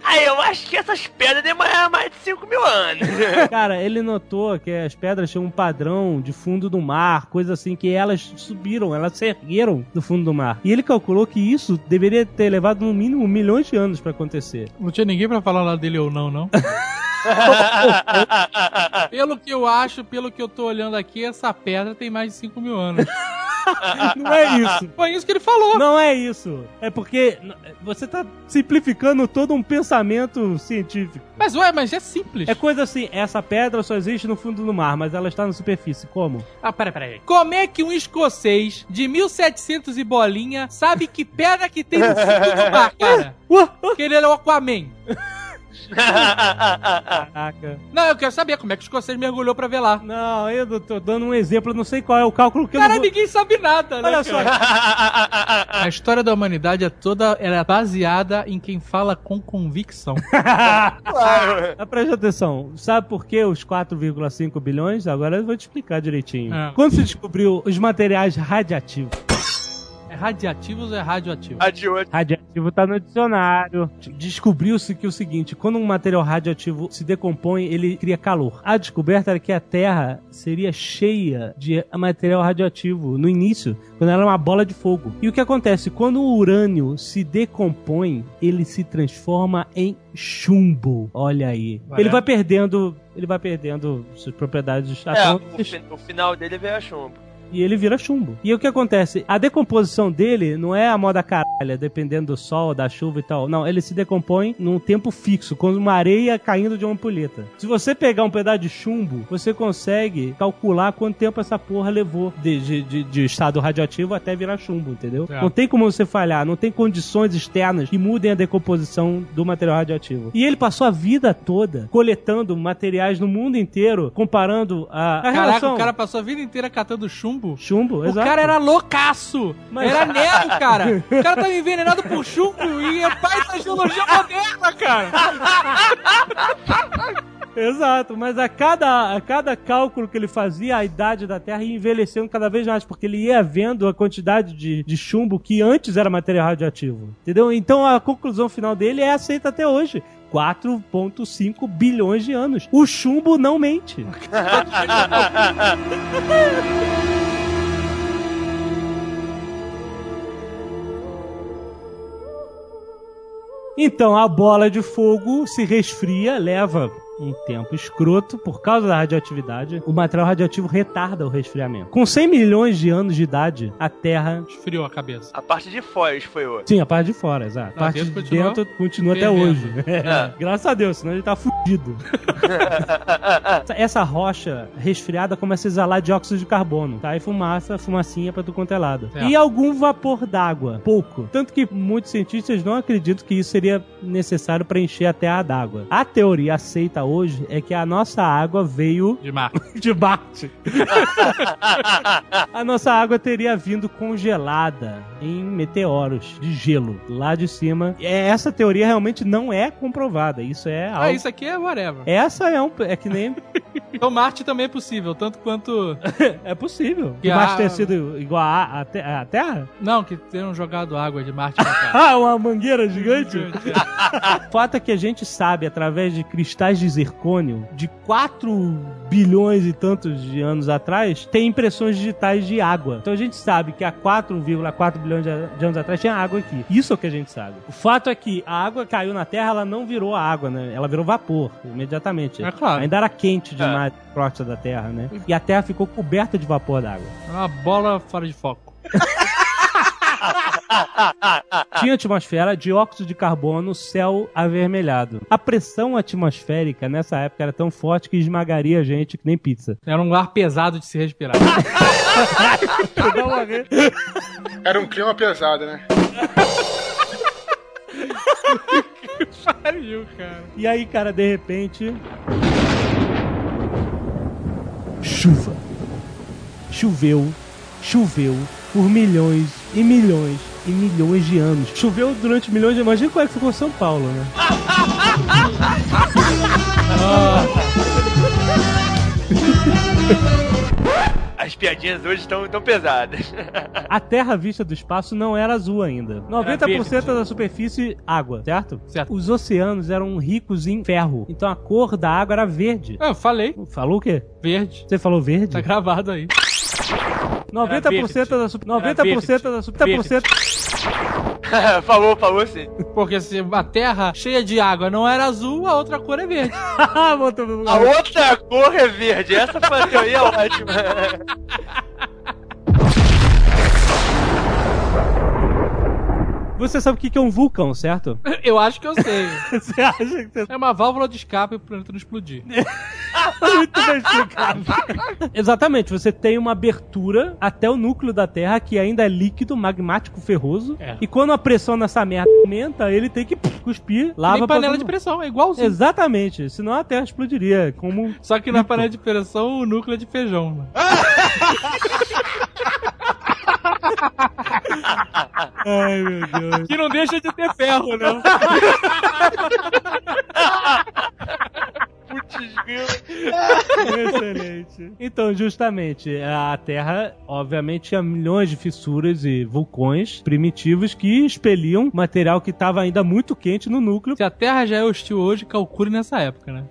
[SPEAKER 4] Aí eu acho que essas pedras demoraram mais de 5 mil anos.
[SPEAKER 3] Cara, ele notou que as pedras tinham um padrão de fundo do mar, coisa assim, que elas subiram, elas se ergueram do fundo do mar. E ele calculou que isso deveria ter levado no mínimo milhões de anos pra acontecer.
[SPEAKER 6] Não tinha ninguém pra falar lá dele ou não, não. Pelo que eu acho, pelo que eu tô olhando aqui, essa pedra tem mais de 5 mil anos.
[SPEAKER 3] Não é isso.
[SPEAKER 6] Foi isso que ele falou.
[SPEAKER 3] Não é isso. É porque n- você tá simplificando todo um pensamento científico.
[SPEAKER 6] Mas ué, mas é simples.
[SPEAKER 3] É coisa assim, essa pedra só existe no fundo do mar, mas ela está na superfície. Como?
[SPEAKER 6] Ah, pera, pera aí. Como é que um escocês de 1700 e bolinha sabe que pedra que tem no fundo do mar, cara?
[SPEAKER 3] Ué?
[SPEAKER 6] Que ele era o Aquaman.
[SPEAKER 3] Caraca.
[SPEAKER 6] Não, eu quero saber como é que o escocês mergulhou pra ver lá.
[SPEAKER 3] Não, eu tô dando um exemplo, eu não sei qual é o cálculo que
[SPEAKER 6] Cara,
[SPEAKER 3] eu não vou...
[SPEAKER 6] ninguém sabe nada, né?
[SPEAKER 3] Olha só,
[SPEAKER 6] cara? A história da humanidade é toda ela é baseada em quem fala com convicção.
[SPEAKER 4] Claro.
[SPEAKER 3] Mas presta atenção, sabe por que os 4,5 bilhões? Agora eu vou te explicar direitinho.
[SPEAKER 6] É.
[SPEAKER 3] Quando se descobriu os materiais radiativos,
[SPEAKER 6] É radiativos ou é radioativo?
[SPEAKER 4] Adiou.
[SPEAKER 3] radiativo tá no dicionário, descobriu-se que o seguinte, quando um material radioativo se decompõe, ele cria calor. A descoberta era que a Terra seria cheia de material radioativo no início, quando era uma bola de fogo. E o que acontece? Quando o urânio se decompõe, ele se transforma em chumbo. Olha aí.
[SPEAKER 6] Olha.
[SPEAKER 3] Ele vai né? perdendo. Ele vai perdendo suas propriedades
[SPEAKER 4] É, o,
[SPEAKER 3] atômicas.
[SPEAKER 4] fi- o final dele veio a chumbo.
[SPEAKER 3] e ele vira chumbo. E o que acontece? A decomposição dele não é a moda caralha, dependendo do sol, da chuva e tal. Não, ele se decompõe num tempo fixo, como uma areia caindo de uma ampulheta. Se você pegar um pedaço de chumbo, você consegue calcular quanto tempo essa porra levou de, de, de- de estado radioativo até virar chumbo, entendeu?
[SPEAKER 6] Tá.
[SPEAKER 3] Não tem como você falhar, não tem condições externas que mudem a decomposição do material radioativo. E ele passou a vida toda coletando materiais no mundo inteiro, comparando a, a
[SPEAKER 6] Caraca,
[SPEAKER 3] relação...
[SPEAKER 6] o cara passou a vida inteira catando chumbo.
[SPEAKER 3] Chumbo,
[SPEAKER 6] O
[SPEAKER 3] exato.
[SPEAKER 6] cara era loucaço!
[SPEAKER 3] Mas-
[SPEAKER 6] Era nego, cara! O cara tava envenenado por chumbo e é pai da geologia moderna, cara!
[SPEAKER 3] Exato, mas a cada, a cada cálculo que ele fazia, a idade da Terra ia envelhecendo cada vez mais, porque ele ia vendo a quantidade de, de chumbo que antes era material radioativo. Entendeu? Então a conclusão final dele é aceita até hoje. 4,5 bilhões de anos. O chumbo não mente. Então a bola de fogo se resfria, leva um tempo escroto por causa da radioatividade. O material radioativo retarda o resfriamento. Com 100 milhões de anos de idade, a Terra.
[SPEAKER 6] Esfriou a cabeça.
[SPEAKER 4] A parte de fora esfriou.
[SPEAKER 3] Sim, a parte de fora, exato. A
[SPEAKER 6] Não,
[SPEAKER 3] parte de
[SPEAKER 6] dentro continua
[SPEAKER 3] dentro continua até
[SPEAKER 6] fervendo.
[SPEAKER 3] hoje. É. Graças a Deus, senão ele tá fudido. Essa- Essa rocha resfriada começa a exalar dióxido de carbono, tá? E fumaça, fumacinha pra tu quanto é lado.
[SPEAKER 6] Certo.
[SPEAKER 3] E algum vapor d'água, pouco. Tanto que muitos cientistas não acreditam que isso seria necessário para encher a Terra d'água. A teoria aceita hoje é que a nossa água veio
[SPEAKER 6] De mar.
[SPEAKER 3] de Marte. a nossa água teria vindo congelada em meteoros de gelo lá de cima. E Essa teoria realmente não é comprovada. Isso é algo...
[SPEAKER 6] Ah, isso aqui é whatever.
[SPEAKER 3] Essa é um. É que nem.
[SPEAKER 6] Então Marte também é possível, tanto quanto...
[SPEAKER 3] É possível.
[SPEAKER 6] Que
[SPEAKER 3] Que Marte
[SPEAKER 6] a-
[SPEAKER 3] ter sido igual a, a, te- a Terra?
[SPEAKER 6] Não, que tenham jogado água de Marte pra cá.
[SPEAKER 3] Ah, uma mangueira gigante? O fato é que a gente sabe, através de cristais de zircônio, de 4 bilhões e tantos de anos atrás, tem impressões digitais de água. Então a gente sabe que há 4,4 bilhões de de anos atrás tinha água aqui. Isso é o que a gente sabe. O fato é que a água caiu na Terra, ela não virou água, né? Ela virou vapor, imediatamente.
[SPEAKER 6] É claro. É.
[SPEAKER 3] Ainda era quente demais a crosta da Terra, né? E a Terra ficou coberta de vapor d'água.
[SPEAKER 6] É Uma bola fora de foco.
[SPEAKER 3] Tinha atmosfera, dióxido de carbono, céu avermelhado. A pressão atmosférica nessa época era tão forte que esmagaria a gente que nem pizza.
[SPEAKER 6] Era um ar pesado de se respirar.
[SPEAKER 5] Era um clima pesado, né?
[SPEAKER 6] Pariu, cara.
[SPEAKER 3] E aí, cara, de repente. Chuva. Choveu, choveu por milhões e milhões e milhões de anos. Choveu durante milhões de anos. Imagina como é que ficou São Paulo, né?
[SPEAKER 4] As piadinhas hoje estão tão pesadas.
[SPEAKER 3] A terra vista do espaço não era azul ainda. 90% da superfície, água, certo?
[SPEAKER 6] Certo.
[SPEAKER 3] Os oceanos eram ricos em ferro. Então a cor da água era verde.
[SPEAKER 6] É, Eu falei.
[SPEAKER 3] Falou o quê?
[SPEAKER 6] Verde.
[SPEAKER 3] Você falou verde?
[SPEAKER 6] Tá gravado aí.
[SPEAKER 3] 90% da super... 90% da super...
[SPEAKER 6] Era
[SPEAKER 3] 90%
[SPEAKER 4] falou, falou sim.
[SPEAKER 6] Porque se a terra cheia de água não era azul, a outra cor é verde.
[SPEAKER 3] Ah, botou- botou-
[SPEAKER 4] A outra cor é verde. Essa foi a teoria ótima.
[SPEAKER 3] Você sabe o que que é um vulcão, certo?
[SPEAKER 6] Eu acho que eu sei.
[SPEAKER 3] Você acha que você
[SPEAKER 6] É uma válvula de escape pro planeta não explodir.
[SPEAKER 3] É, Muito bem explicado. Exatamente, você tem uma abertura até o núcleo da Terra, que ainda é líquido, magmático, ferroso.
[SPEAKER 6] É.
[SPEAKER 3] E quando a pressão nessa merda aumenta, ele tem que pff, cuspir, lava
[SPEAKER 6] Nem
[SPEAKER 3] pra
[SPEAKER 6] panela
[SPEAKER 3] todo
[SPEAKER 6] de
[SPEAKER 3] mundo.
[SPEAKER 6] pressão, é igualzinho.
[SPEAKER 3] Exatamente, senão a Terra explodiria. Como.
[SPEAKER 6] Só que na panela de pressão o núcleo é de feijão. né?
[SPEAKER 3] Ai, meu Deus.
[SPEAKER 6] Que não deixa de ter ferro, né?
[SPEAKER 4] Putz, grilo.
[SPEAKER 3] Excelente. Então, justamente, a Terra, obviamente, tinha milhões de fissuras e vulcões primitivos que expeliam material que estava ainda muito quente no núcleo.
[SPEAKER 6] Se a Terra já é hostil hoje, calcule nessa época, né?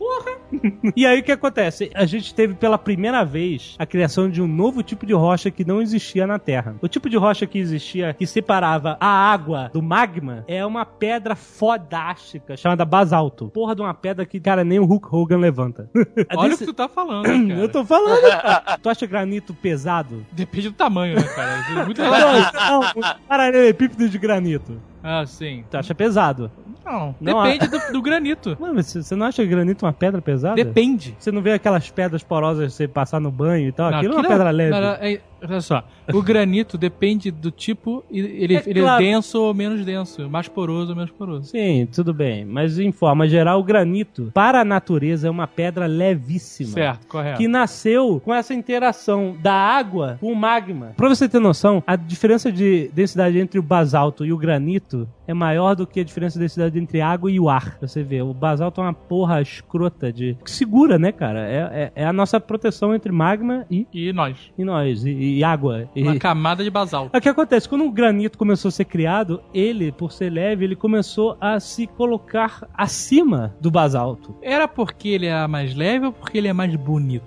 [SPEAKER 3] E aí o que acontece? A gente teve pela primeira vez a criação de um novo tipo de rocha que não existia na Terra. O tipo de rocha que existia, que separava a água do magma, é uma pedra fodástica chamada basalto. Porra de uma pedra que, cara, nem o Hulk Hogan levanta.
[SPEAKER 6] Olha o que
[SPEAKER 3] é Desse-
[SPEAKER 6] tu tá falando, cara.
[SPEAKER 3] Eu tô falando. cara. tu acha granito pesado?
[SPEAKER 6] Depende do tamanho, né, cara? Isso é Muito
[SPEAKER 3] Não, não, um paralelepípedo de granito.
[SPEAKER 6] Ah, sim.
[SPEAKER 3] Tu acha pesado?
[SPEAKER 6] Não,
[SPEAKER 3] Não,
[SPEAKER 6] depende do, do granito.
[SPEAKER 3] Mano, mas você você não acha granito uma pedra pesada?
[SPEAKER 6] Depende.
[SPEAKER 3] Você não vê aquelas pedras porosas você passar no banho e tal?
[SPEAKER 6] Não,
[SPEAKER 3] aquilo, é uma
[SPEAKER 6] aquilo-
[SPEAKER 3] pedra leve.
[SPEAKER 6] não, não, é- olha só, o granito depende do tipo, e- ele,
[SPEAKER 3] É
[SPEAKER 6] ele é
[SPEAKER 3] claro.
[SPEAKER 6] denso ou menos denso, mais poroso ou menos poroso.
[SPEAKER 3] Sim, tudo bem. Mas em forma geral, o granito, para a natureza, é uma pedra levíssima.
[SPEAKER 6] Certo, correto.
[SPEAKER 3] Que nasceu com essa interação da água com o magma. Pra você ter noção, a diferença de densidade entre o basalto e o granito é maior do que a diferença de densidade entre água e o ar. Pra Você vê, o basalto é uma porra escrota de. que segura, né, cara? É, é- é a nossa proteção entre magma e,
[SPEAKER 6] E nós?
[SPEAKER 3] e nós, e, e água. E...
[SPEAKER 6] Uma camada de basalto.
[SPEAKER 3] É O que acontece? Quando o granito começou a ser criado, ele, por ser leve, ele começou a se colocar acima do basalto.
[SPEAKER 6] Era porque ele era mais leve ou porque ele é mais bonito?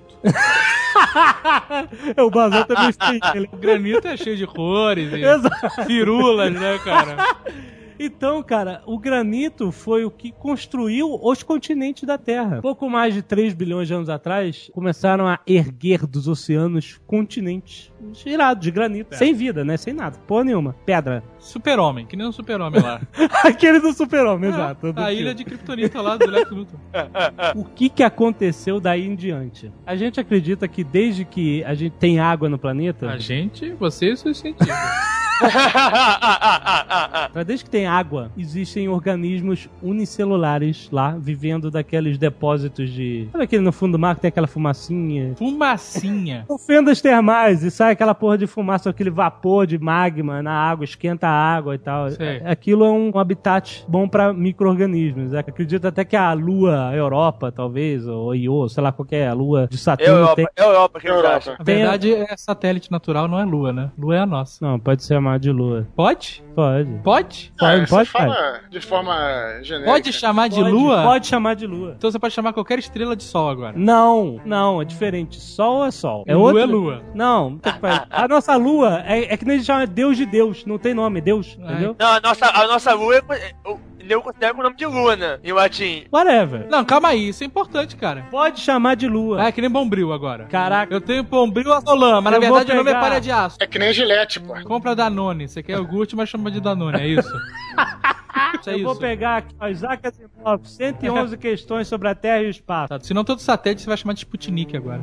[SPEAKER 3] É, o basalto é meio feio. ele-
[SPEAKER 6] O granito é cheio de cores e
[SPEAKER 3] Exato.
[SPEAKER 6] firulas, né, cara?
[SPEAKER 3] Então, cara, o granito foi o que construiu os continentes da Terra. Pouco mais de 3 bilhões de anos atrás, começaram a erguer dos oceanos continentes girados de granito. Sem vida, né? Sem nada. Porra nenhuma. Pedra.
[SPEAKER 6] Super-homem, que nem um super-homem lá.
[SPEAKER 3] Aquele do super-homem, exato. do
[SPEAKER 6] Ah, A
[SPEAKER 3] filme.
[SPEAKER 6] ilha de Kryptonita lá do Lex Luthor.
[SPEAKER 3] O que, que aconteceu daí em diante? A gente acredita que desde que a gente tem água no planeta,
[SPEAKER 6] A gente, você e seus cientistas.
[SPEAKER 3] pra- desde que tem água, existem organismos unicelulares lá, vivendo daqueles depósitos de. Sabe aquele no fundo do mar que tem aquela fumacinha?
[SPEAKER 6] Fumacinha.
[SPEAKER 3] São fendas termais e sai aquela porra de fumaça, aquele vapor de magma na água, esquenta a água e tal.
[SPEAKER 6] Sei.
[SPEAKER 3] Aquilo é um, um habitat bom pra micro-organismos. né? Acredito até que a lua Europa, talvez, ou Io, sei lá qual que é, a lua de
[SPEAKER 4] É
[SPEAKER 3] Saturno tem.
[SPEAKER 4] Europa, é Europa que eles
[SPEAKER 5] Europa.
[SPEAKER 4] acham.
[SPEAKER 6] Na
[SPEAKER 3] Tem a-
[SPEAKER 6] verdade, é satélite natural, não é lua, né? Lua é a nossa.
[SPEAKER 3] Não, pode ser chamado de lua.
[SPEAKER 6] Pode?
[SPEAKER 3] Pode.
[SPEAKER 6] Pode?
[SPEAKER 3] Pode,
[SPEAKER 5] Ah,
[SPEAKER 3] pode,
[SPEAKER 5] você fala de forma genérica.
[SPEAKER 6] Pode chamar de
[SPEAKER 3] Pode-
[SPEAKER 6] lua?
[SPEAKER 3] Pode chamar de lua.
[SPEAKER 6] Então você pode chamar qualquer estrela de sol agora.
[SPEAKER 3] Não, não, é diferente. Sol é sol. É
[SPEAKER 6] lua
[SPEAKER 3] outro...
[SPEAKER 6] é lua.
[SPEAKER 3] Não, puta que pariu. a nossa lua é, é que nem a gente chama Deus de Deus, não tem nome, é Deus,
[SPEAKER 6] Ai.
[SPEAKER 3] entendeu?
[SPEAKER 4] Não, a nossa, a nossa lua é. co- é- o- Eu considero com o nome de lua, né? Em latim.
[SPEAKER 3] Whatever.
[SPEAKER 6] Não, calma aí, isso é importante, cara.
[SPEAKER 3] Pode chamar de lua.
[SPEAKER 6] Ah, é que nem bombril agora.
[SPEAKER 3] Caraca.
[SPEAKER 6] Eu tenho bombril azolã, mas na
[SPEAKER 3] Eu vou
[SPEAKER 6] verdade o nome é
[SPEAKER 3] pegar.
[SPEAKER 6] palha de aço.
[SPEAKER 5] É que nem gilete, pô.
[SPEAKER 6] Compra Danone, você quer iogurte, mas chama de Danone, é isso? isso é
[SPEAKER 3] Eu vou
[SPEAKER 6] isso.
[SPEAKER 3] pegar aqui, ó, Isaac Asimov, 111 questões sobre a Terra e o espaço.
[SPEAKER 6] Tá, senão todo satélite você vai chamar de Sputnik agora.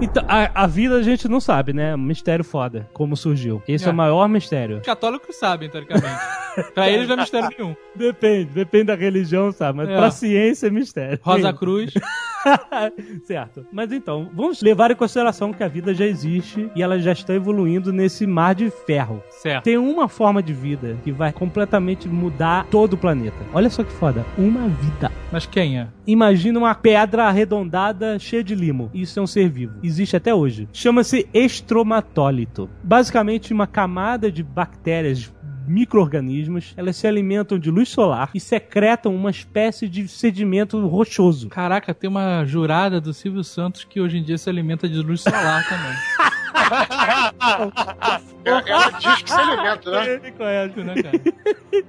[SPEAKER 3] Então, a, a vida a gente não sabe, né? Mistério foda, como surgiu. Esse é,
[SPEAKER 6] É.
[SPEAKER 3] o maior mistério.
[SPEAKER 6] Os católicos sabem, teoricamente. pra eles não é mistério nenhum.
[SPEAKER 3] Depende, depende da religião, sabe? Mas
[SPEAKER 6] É.
[SPEAKER 3] pra ciência é mistério.
[SPEAKER 6] Rosa Cruz.
[SPEAKER 3] certo. Mas então, vamos levar em consideração que a vida já existe e ela já está evoluindo nesse mar de ferro.
[SPEAKER 6] Certo.
[SPEAKER 3] Tem uma forma de vida que vai completamente mudar todo o planeta. Olha só que foda. Uma vida.
[SPEAKER 6] Mas quem é?
[SPEAKER 3] Imagina uma pedra arredondada cheia de limo. Isso é um ser vivo. Existe até hoje. Chama-se estromatólito. Basicamente, uma camada de bactérias micro-organismos, elas se alimentam de luz solar e secretam uma espécie de sedimento rochoso.
[SPEAKER 6] Caraca, tem uma jurada do Silvio Santos que hoje em dia se alimenta de luz solar também.
[SPEAKER 5] Ela, É, ela diz que se alimenta, né?
[SPEAKER 3] Ele conhece,
[SPEAKER 6] né, cara?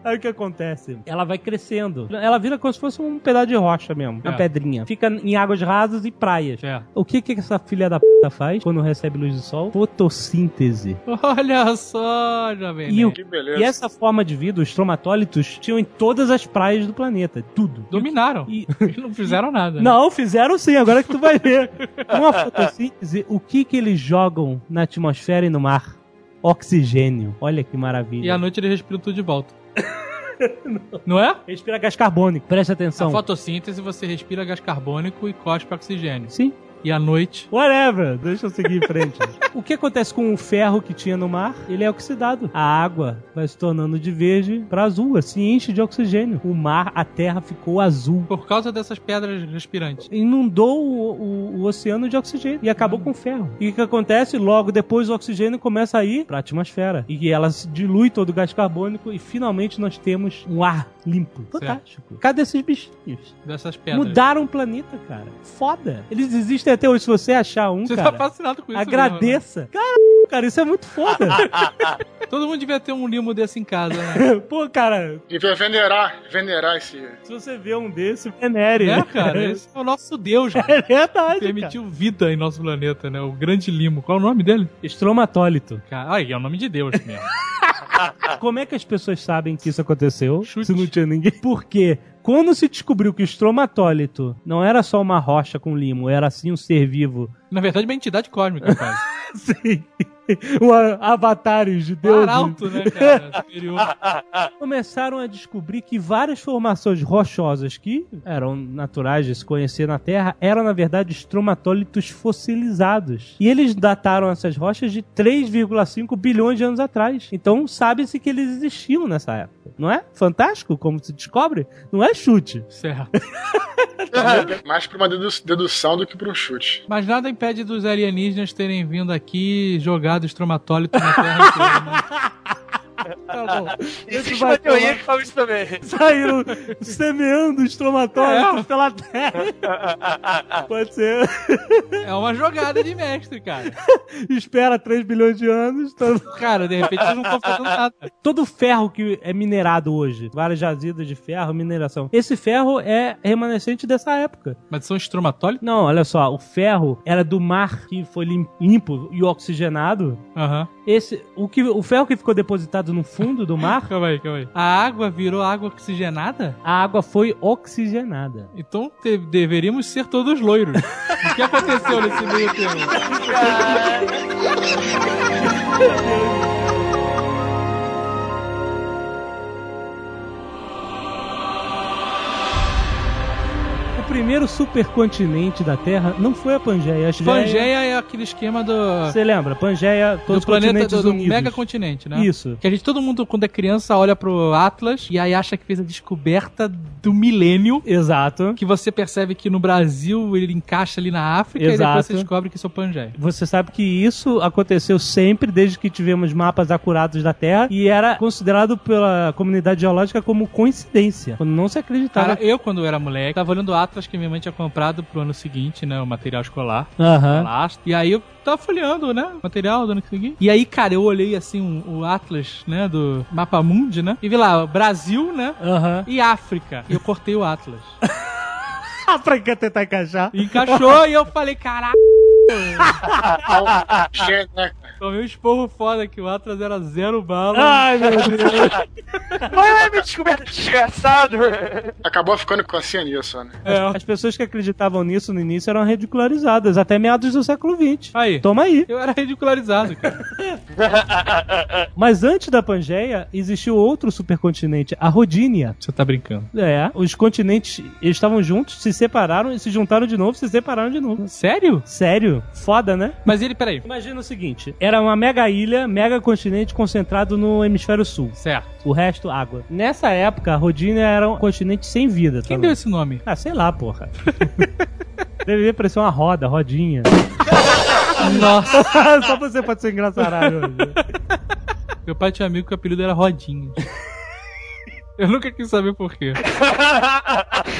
[SPEAKER 3] Aí o que acontece? Ela vai crescendo. Ela vira como se fosse um pedaço de rocha mesmo, uma
[SPEAKER 6] É.
[SPEAKER 3] pedrinha. Fica em águas rasas e praias.
[SPEAKER 6] Certo.
[SPEAKER 3] O que que essa filha da p faz quando recebe luz do sol? Fotossíntese.
[SPEAKER 6] Olha só, jovem.
[SPEAKER 3] E o-
[SPEAKER 6] Nerd.
[SPEAKER 5] Que beleza.
[SPEAKER 3] E essa forma de vida, os tromatólitos, tinham em todas as praias do planeta, tudo.
[SPEAKER 6] Dominaram.
[SPEAKER 3] E-
[SPEAKER 6] Eles não fizeram nada. né?
[SPEAKER 3] Não, fizeram sim, agora que tu vai ver. Uma fotossíntese, o que que eles jogam na atmosfera e no mar? Oxigênio. Olha que maravilha.
[SPEAKER 6] E à noite eles respiram tudo de volta. Não é?
[SPEAKER 3] Respira gás carbônico, presta
[SPEAKER 6] A
[SPEAKER 3] atenção.
[SPEAKER 6] fotossíntese você respira gás carbônico e cospe oxigênio.
[SPEAKER 3] Sim.
[SPEAKER 6] e à noite.
[SPEAKER 3] Whatever, deixa eu seguir em frente. o que acontece com o ferro que tinha no mar? Ele é oxidado. A água vai se tornando de verde para azul, se enche de oxigênio. O mar, a terra ficou azul.
[SPEAKER 6] Por causa dessas pedras respirantes.
[SPEAKER 3] Inundou o, o- o oceano de oxigênio e acabou com o ferro. E o que acontece? Logo depois o oxigênio começa a ir para a atmosfera e ela se dilui todo o gás carbônico e finalmente nós temos um ar limpo. Fantástico. Cadê esses bichinhos?
[SPEAKER 6] Dessas pedras.
[SPEAKER 3] Mudaram o planeta, cara. Foda. Eles existem até hoje. Se você achar um,
[SPEAKER 6] Você
[SPEAKER 3] cara,
[SPEAKER 6] tá fascinado com isso. mesmo,
[SPEAKER 3] agradeça. Cara, cara, isso é muito foda.
[SPEAKER 6] né? Todo mundo devia ter um limo desse em casa, né?
[SPEAKER 3] Pô, cara,
[SPEAKER 5] E vai venerar, venerar esse.
[SPEAKER 3] se você vê um desse, venere.
[SPEAKER 6] né, cara? Esse é o nosso Deus, cara.
[SPEAKER 3] É verdade, cara.
[SPEAKER 6] Permitiu vida em nosso planeta, né? O grande limo. Qual é o nome dele?
[SPEAKER 3] Estromatólito.
[SPEAKER 6] Cara, aí, é o nome de Deus mesmo.
[SPEAKER 3] Como é que as pessoas sabem que isso aconteceu?
[SPEAKER 6] Chute.
[SPEAKER 3] Se não tinha ninguém. Por quê? Quando se descobriu que o estromatólito não era só uma rocha com limo, era sim um ser vivo.
[SPEAKER 6] Na verdade, é uma entidade cósmica, cara.
[SPEAKER 3] Sim. Um a- avatares de Deus.
[SPEAKER 6] Arauto, né, cara? Superior.
[SPEAKER 3] começaram a descobrir que várias formações rochosas que eram naturais de se conhecer na Terra eram, na verdade, estromatólitos fossilizados. E eles dataram essas rochas de 3,5 bilhões de anos atrás. Então, sabe-se que eles existiam nessa época. Não é fantástico como se descobre? Não é chute.
[SPEAKER 6] Certo.
[SPEAKER 5] Mais pra uma dedu- dedução do que pra um chute.
[SPEAKER 6] Mas nada impede dos alienígenas terem vindo aqui e jogado estromatólito na Terra inteira, né?
[SPEAKER 3] Tá bom.
[SPEAKER 4] Existe
[SPEAKER 3] vai tomar-
[SPEAKER 4] uma teoria que fala isso também.
[SPEAKER 3] Saíram semeando estromatólitos pela Terra. Pode ser.
[SPEAKER 6] É uma jogada de mestre, cara.
[SPEAKER 3] Espera 3 bilhões de anos, tá
[SPEAKER 6] Cara, de repente eles não estão fazendo nada.
[SPEAKER 3] todo o ferro que é minerado hoje, várias jazidas de ferro, mineração, esse ferro é remanescente dessa época.
[SPEAKER 6] Mas são estromatólitos?
[SPEAKER 3] Não, olha só, o ferro era do mar que foi lim- limpo e oxigenado.
[SPEAKER 6] Aham.
[SPEAKER 3] Esse, o, que, o ferro que ficou depositado no fundo do mar,
[SPEAKER 6] Calma aí, calma aí. A água virou água oxigenada?
[SPEAKER 3] a água foi oxigenada.
[SPEAKER 6] Então te- deveríamos ser todos loiros. o que aconteceu nesse meio tempo?
[SPEAKER 3] O primeiro supercontinente da Terra não foi a Pangeia. A
[SPEAKER 6] Pangeia é aquele esquema do,
[SPEAKER 3] Você lembra? Pangeia, todos
[SPEAKER 6] do
[SPEAKER 3] os
[SPEAKER 6] planeta
[SPEAKER 3] continentes
[SPEAKER 6] do, do
[SPEAKER 3] unidos.
[SPEAKER 6] megacontinente, né?
[SPEAKER 3] Isso.
[SPEAKER 6] Que a gente, todo mundo, quando é criança, olha pro Atlas e aí acha que fez a descoberta do milênio.
[SPEAKER 3] Exato.
[SPEAKER 6] Que você percebe que no Brasil ele encaixa ali na África e
[SPEAKER 3] Exato.
[SPEAKER 6] depois você descobre que isso é o Pangeia.
[SPEAKER 3] Você sabe que isso aconteceu sempre, desde que tivemos mapas acurados da Terra, e era considerado pela comunidade geológica como coincidência, quando não se acreditava.
[SPEAKER 6] Cara, eu, quando era moleque, tava olhando o Atlas que minha mãe tinha comprado pro ano seguinte, né? O material escolar.
[SPEAKER 3] Aham.
[SPEAKER 6] Lastro. E aí eu tava folheando, né? o Material do ano que seguinte. E aí, cara, eu olhei assim um- o Atlas, né? Do Mapa Mundi, né? E vi lá, Brasil, né?
[SPEAKER 3] Aham.
[SPEAKER 6] E África. E eu cortei o Atlas.
[SPEAKER 3] Ah, pra que tentar encaixar?
[SPEAKER 6] E encaixou e eu falei, caraca,
[SPEAKER 5] Gênio, né?
[SPEAKER 6] tomei um esporro foda que o Atlas era zero bala.
[SPEAKER 3] Ai, meu Deus.
[SPEAKER 4] Vai lá, me descoberta desgraçado.
[SPEAKER 5] Acabou ficando com a Ciania só, né?
[SPEAKER 6] É.
[SPEAKER 3] As pessoas que acreditavam nisso no início eram ridicularizadas, até meados do século XX.
[SPEAKER 6] Aí.
[SPEAKER 3] Toma aí.
[SPEAKER 6] Eu era ridicularizado, cara.
[SPEAKER 3] Mas antes da Pangeia, existiu outro supercontinente, a Rodínia.
[SPEAKER 6] Você tá brincando.
[SPEAKER 3] É, os continentes eles estavam juntos, se separaram e se juntaram de novo, se separaram de novo.
[SPEAKER 6] Sério?
[SPEAKER 3] Sério? Foda, né?
[SPEAKER 6] Mas ele, peraí.
[SPEAKER 3] Imagina o seguinte: era uma mega ilha, mega continente concentrado no hemisfério sul.
[SPEAKER 6] Certo.
[SPEAKER 3] O resto, água. Nessa época, a Rodínia era um continente sem vida.
[SPEAKER 6] Quem
[SPEAKER 3] talvez.
[SPEAKER 6] deu esse nome?
[SPEAKER 3] Ah, sei lá, porra. Deveria parecer uma roda, rodinha.
[SPEAKER 6] Nossa.
[SPEAKER 3] Só você pode ser engraçarado hoje.
[SPEAKER 6] Meu pai tinha um amigo que o apelido era Rodinha. Eu nunca quis saber por quê.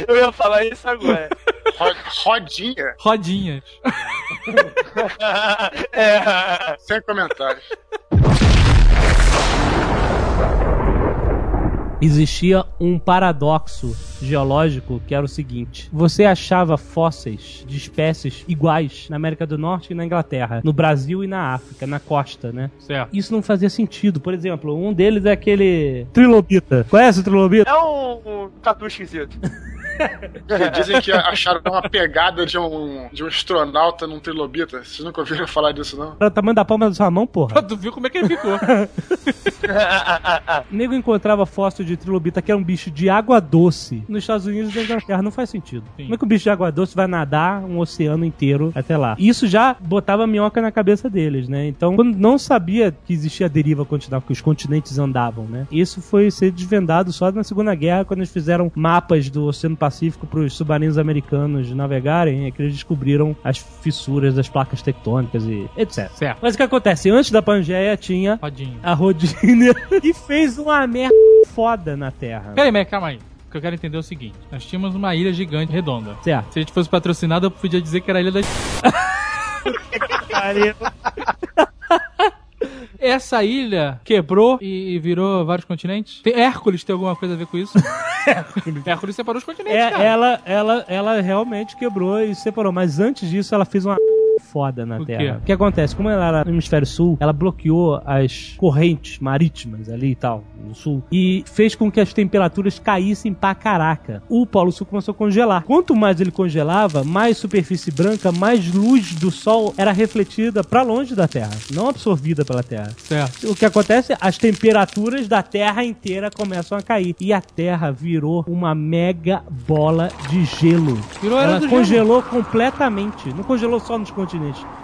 [SPEAKER 4] Eu ia falar isso agora.
[SPEAKER 5] Ro- Rodinha?
[SPEAKER 6] Rodinhas.
[SPEAKER 4] É.
[SPEAKER 5] Sem comentários.
[SPEAKER 3] Existia um paradoxo geológico que era o seguinte: você achava fósseis de espécies iguais na América do Norte e na Inglaterra, no Brasil e na África, na costa, né?
[SPEAKER 6] Certo.
[SPEAKER 3] Isso não fazia sentido. Por exemplo, um deles é aquele trilobita. Conhece o trilobita?
[SPEAKER 4] É um, um tatu esquisito.
[SPEAKER 5] Que dizem que acharam uma pegada de um, de um astronauta num trilobita. Vocês nunca ouviram falar disso, não?
[SPEAKER 3] Era o tamanho da palma da sua mão, porra.
[SPEAKER 6] Tu viu como é que ele ficou?
[SPEAKER 3] O nego encontrava fóssil de trilobita, que era um bicho de água doce, nos Estados Unidos e na Inglaterra. Não faz sentido.
[SPEAKER 6] Sim.
[SPEAKER 3] Como é que o bicho de água doce vai nadar um oceano inteiro até lá? Isso já botava minhoca na cabeça deles, né? Então, quando não sabia que existia a deriva continental, que os continentes andavam, né? Isso foi ser desvendado só na Segunda Guerra, quando eles fizeram mapas do Oceano Pacífico para os submarinos americanos navegarem, é que eles descobriram as fissuras das placas tectônicas e etc.
[SPEAKER 6] certo.
[SPEAKER 3] Mas o que acontece? Antes da Pangeia tinha
[SPEAKER 6] Rodinho.
[SPEAKER 3] a Rodinha e fez uma merda foda na Terra.
[SPEAKER 6] Peraí, mas calma aí. O que eu quero entender é o seguinte: nós tínhamos uma ilha gigante redonda.
[SPEAKER 3] Certo.
[SPEAKER 6] Se a gente fosse patrocinado, eu podia dizer que era a ilha da. Essa ilha quebrou e e virou vários continentes? Tem Hércules tem alguma coisa a ver com isso? Hércules. Hércules separou os continentes, cara.
[SPEAKER 3] É, ela, ela, ela realmente quebrou e separou, mas antes disso ela fez uma foda na
[SPEAKER 6] O quê?
[SPEAKER 3] Terra. O que acontece? Como ela era no hemisfério sul, ela bloqueou as correntes marítimas ali e tal, no sul, e fez com que as temperaturas caíssem pra caraca. O Polo Sul começou a congelar. Quanto mais ele congelava, mais superfície branca, mais luz do sol era refletida pra longe da Terra, não absorvida pela Terra.
[SPEAKER 6] Certo.
[SPEAKER 3] O que acontece? As temperaturas da Terra inteira começam a cair. E a Terra virou uma mega bola de gelo.
[SPEAKER 6] Virou a era
[SPEAKER 3] Ela
[SPEAKER 6] do
[SPEAKER 3] congelou completamente. Não congelou só nos continentes.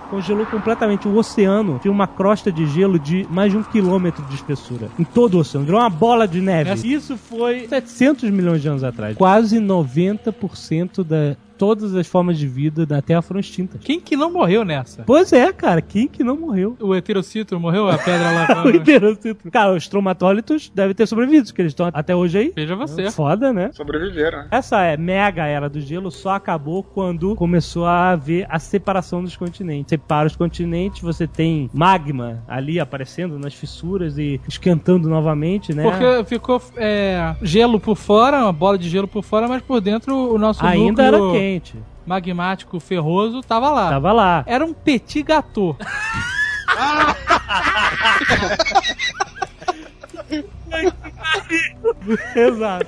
[SPEAKER 3] Congelou completamente. O oceano tinha uma crosta de gelo de mais de um quilômetro de espessura. Em todo o oceano. Virou uma bola de neve.
[SPEAKER 6] Essa-
[SPEAKER 3] É Isso foi 700 milhões de anos atrás. Quase 90% da... Todas as formas de vida da Terra foram extintas.
[SPEAKER 6] Quem que não morreu nessa?
[SPEAKER 3] Pois é, cara. Quem que não morreu?
[SPEAKER 6] O heterocítero morreu? A pedra lá.
[SPEAKER 3] O Interocito. Cara, os traumatólitos devem ter sobrevivido, porque eles estão até hoje aí.
[SPEAKER 6] Veja você.
[SPEAKER 3] Foda, né?
[SPEAKER 5] Sobreviveram, né?
[SPEAKER 3] Essa é mega era do gelo só acabou quando começou a haver a separação dos continentes. Separa os continentes, você tem magma ali aparecendo nas fissuras e esquentando novamente, né?
[SPEAKER 6] Porque ficou é, gelo por fora, uma bola de gelo por fora, mas por dentro o nosso
[SPEAKER 3] Ainda era
[SPEAKER 6] núcleo
[SPEAKER 3] quente.
[SPEAKER 6] magmático ferroso tava lá.
[SPEAKER 3] Tava lá.
[SPEAKER 6] Era um petit gâteau.
[SPEAKER 3] Exato.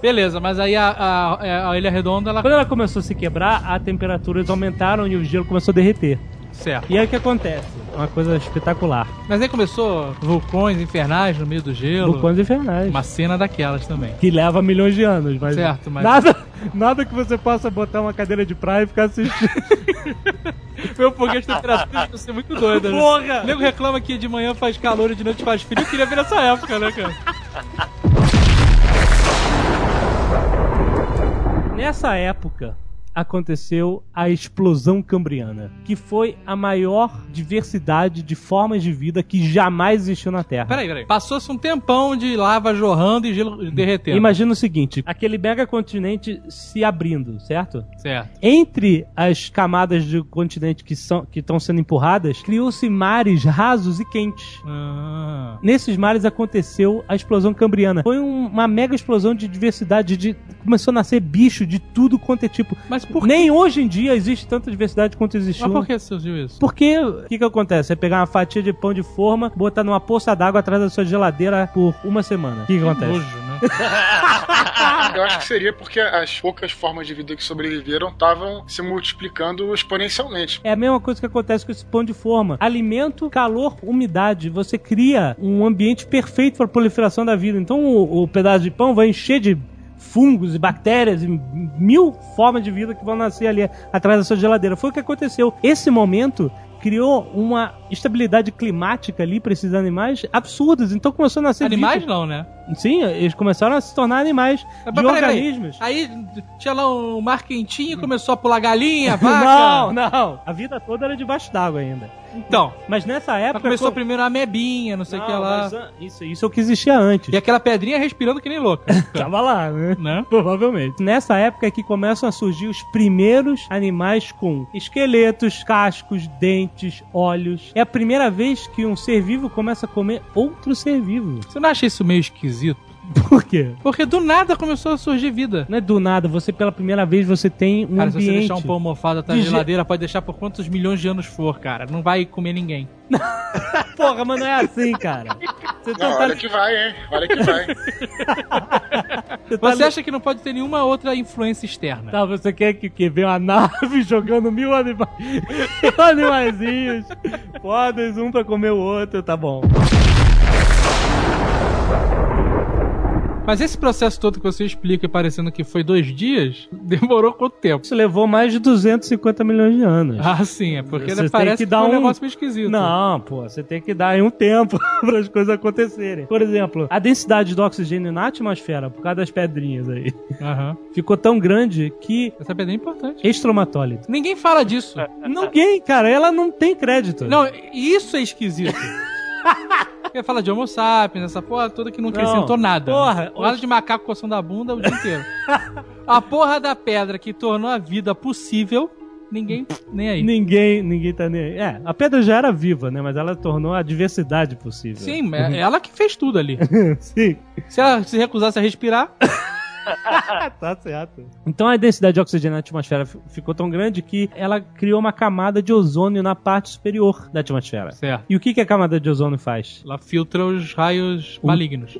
[SPEAKER 6] Beleza, mas aí a, a- a Ilha Redonda, ela...
[SPEAKER 3] Quando ela começou a se quebrar, as temperaturas aumentaram e o gelo começou a derreter.
[SPEAKER 6] Certo.
[SPEAKER 3] E aí o que acontece? Uma coisa espetacular.
[SPEAKER 6] Mas aí começou vulcões infernais no meio do gelo.
[SPEAKER 3] Vulcões infernais.
[SPEAKER 6] Uma cena daquelas também.
[SPEAKER 3] que leva milhões de anos, mas,
[SPEAKER 6] Certo, mas-
[SPEAKER 3] nada, nada que você possa botar uma cadeira de praia e ficar assistindo.
[SPEAKER 6] Meu foguete de temperatura deve ser muito doido. né?
[SPEAKER 3] Porra!
[SPEAKER 6] O nego reclama que de manhã faz calor e de noite faz frio. Eu queria ver nessa época, né, cara?
[SPEAKER 3] Nessa época aconteceu a explosão cambriana, que foi a maior diversidade de formas de vida que jamais existiu na Terra.
[SPEAKER 6] Peraí, peraí. Passou-se um tempão de lava jorrando e gelo derretendo.
[SPEAKER 3] Imagina o seguinte, aquele megacontinente se abrindo, certo?
[SPEAKER 6] Certo.
[SPEAKER 3] Entre as camadas do continente que são que estão sendo empurradas, criou-se mares rasos e quentes.
[SPEAKER 6] Ah,
[SPEAKER 3] Nesses mares aconteceu a explosão cambriana. Foi um- uma mega explosão de diversidade. De, começou a nascer bicho de tudo quanto é tipo.
[SPEAKER 6] mas por
[SPEAKER 3] Nem hoje em dia existe tanta diversidade quanto existiu.
[SPEAKER 6] Mas por que surgiu isso?
[SPEAKER 3] Porque o que, que acontece? É pegar uma fatia de pão de forma, botar numa poça d'água atrás da sua geladeira por uma semana. O que, que acontece?
[SPEAKER 6] Nojo, né?
[SPEAKER 5] Eu acho que seria porque as poucas formas de vida que sobreviveram estavam se multiplicando exponencialmente.
[SPEAKER 3] É a mesma coisa que acontece com esse pão de forma. Alimento, calor, umidade. Você cria um ambiente perfeito para a proliferação da vida. Então o, o pedaço de pão vai encher de fungos e bactérias e mil formas de vida que vão nascer ali atrás da sua geladeira. Foi o que aconteceu. Esse momento criou uma estabilidade climática ali para esses animais absurdas. Então começou a nascer
[SPEAKER 6] Animais
[SPEAKER 3] vida.
[SPEAKER 6] não, né?
[SPEAKER 3] Sim, eles começaram a se tornar animais
[SPEAKER 6] Mas
[SPEAKER 3] de
[SPEAKER 6] peraí, peraí.
[SPEAKER 3] organismos.
[SPEAKER 6] Aí tinha lá um mar quentinho, começou a pular galinha,
[SPEAKER 3] Não,
[SPEAKER 6] vaca.
[SPEAKER 3] não. A vida toda era debaixo d'água ainda.
[SPEAKER 6] Então,
[SPEAKER 3] Mas nessa
[SPEAKER 6] mas
[SPEAKER 3] época
[SPEAKER 6] começou
[SPEAKER 3] co-
[SPEAKER 6] primeiro a mebinha, não sei o que lá.
[SPEAKER 3] mas an- isso, isso é o que existia antes.
[SPEAKER 6] E aquela pedrinha respirando que nem louca,
[SPEAKER 3] Tava lá, né?
[SPEAKER 6] né?
[SPEAKER 3] Provavelmente. Nessa época é que começam a surgir os primeiros animais com esqueletos, cascos, dentes, olhos. É a primeira vez que um ser vivo começa a comer outro ser vivo.
[SPEAKER 6] Você não acha isso meio esquisito?
[SPEAKER 3] Por quê?
[SPEAKER 6] Porque do nada começou a surgir vida.
[SPEAKER 3] Não é do nada, você pela primeira vez você tem um
[SPEAKER 6] Cara, se você
[SPEAKER 3] ambiente.
[SPEAKER 6] deixar um pão mofado atrás
[SPEAKER 3] De
[SPEAKER 6] da
[SPEAKER 3] ge-
[SPEAKER 6] geladeira, pode deixar por quantos
[SPEAKER 3] Tá
[SPEAKER 6] milhões de anos for, cara. Não vai comer ninguém.
[SPEAKER 3] Porra, mas não é assim, cara. Você
[SPEAKER 5] Não,
[SPEAKER 3] tá-
[SPEAKER 5] olha que vai, hein? Olha que vai.
[SPEAKER 3] você tá-
[SPEAKER 6] Você acha que não pode ter nenhuma outra influência externa?
[SPEAKER 3] Tá, você quer que, que vê uma nave jogando mil animais, animaizinhos, fodas, um pra comer o outro, tá bom.
[SPEAKER 6] Mas esse processo todo que você explica, parecendo que foi dois dias, demorou quanto tempo?
[SPEAKER 3] Isso levou mais de 250 milhões de anos.
[SPEAKER 6] Ah, sim, é porque
[SPEAKER 3] Você tem
[SPEAKER 6] parece
[SPEAKER 3] que
[SPEAKER 6] que,
[SPEAKER 3] dar
[SPEAKER 6] foi um
[SPEAKER 3] um-
[SPEAKER 6] negócio meio esquisito.
[SPEAKER 3] Não, pô, você tem que dar aí um tempo para as coisas acontecerem. Por exemplo, a densidade do oxigênio na atmosfera, por causa das pedrinhas aí,
[SPEAKER 6] Aham.
[SPEAKER 3] ficou tão grande que
[SPEAKER 6] Essa pedra é importante.
[SPEAKER 3] é estromatólito.
[SPEAKER 6] Ninguém fala disso.
[SPEAKER 3] Ninguém, cara, ela não tem crédito.
[SPEAKER 6] Não, isso é esquisito. Porque fala de homo sapiens, essa porra toda que não acrescentou nada.
[SPEAKER 3] Porra,
[SPEAKER 6] Olha
[SPEAKER 3] os-
[SPEAKER 6] de macaco coçando a bunda o dia inteiro. a porra da pedra que tornou a vida possível, ninguém nem aí.
[SPEAKER 3] Ninguém, ninguém tá nem aí. É, a pedra já era viva, né? Mas ela tornou a diversidade possível.
[SPEAKER 6] Sim, é ela que fez tudo ali.
[SPEAKER 3] Sim.
[SPEAKER 6] Se ela se recusasse a respirar,
[SPEAKER 3] Tá certo. Então a densidade de oxigênio na atmosfera fi- ficou tão grande que ela criou uma camada de ozônio na parte superior da atmosfera.
[SPEAKER 6] certo.
[SPEAKER 3] E o que, que a camada de ozônio faz?
[SPEAKER 6] Ela filtra os raios
[SPEAKER 3] O-
[SPEAKER 6] malignos.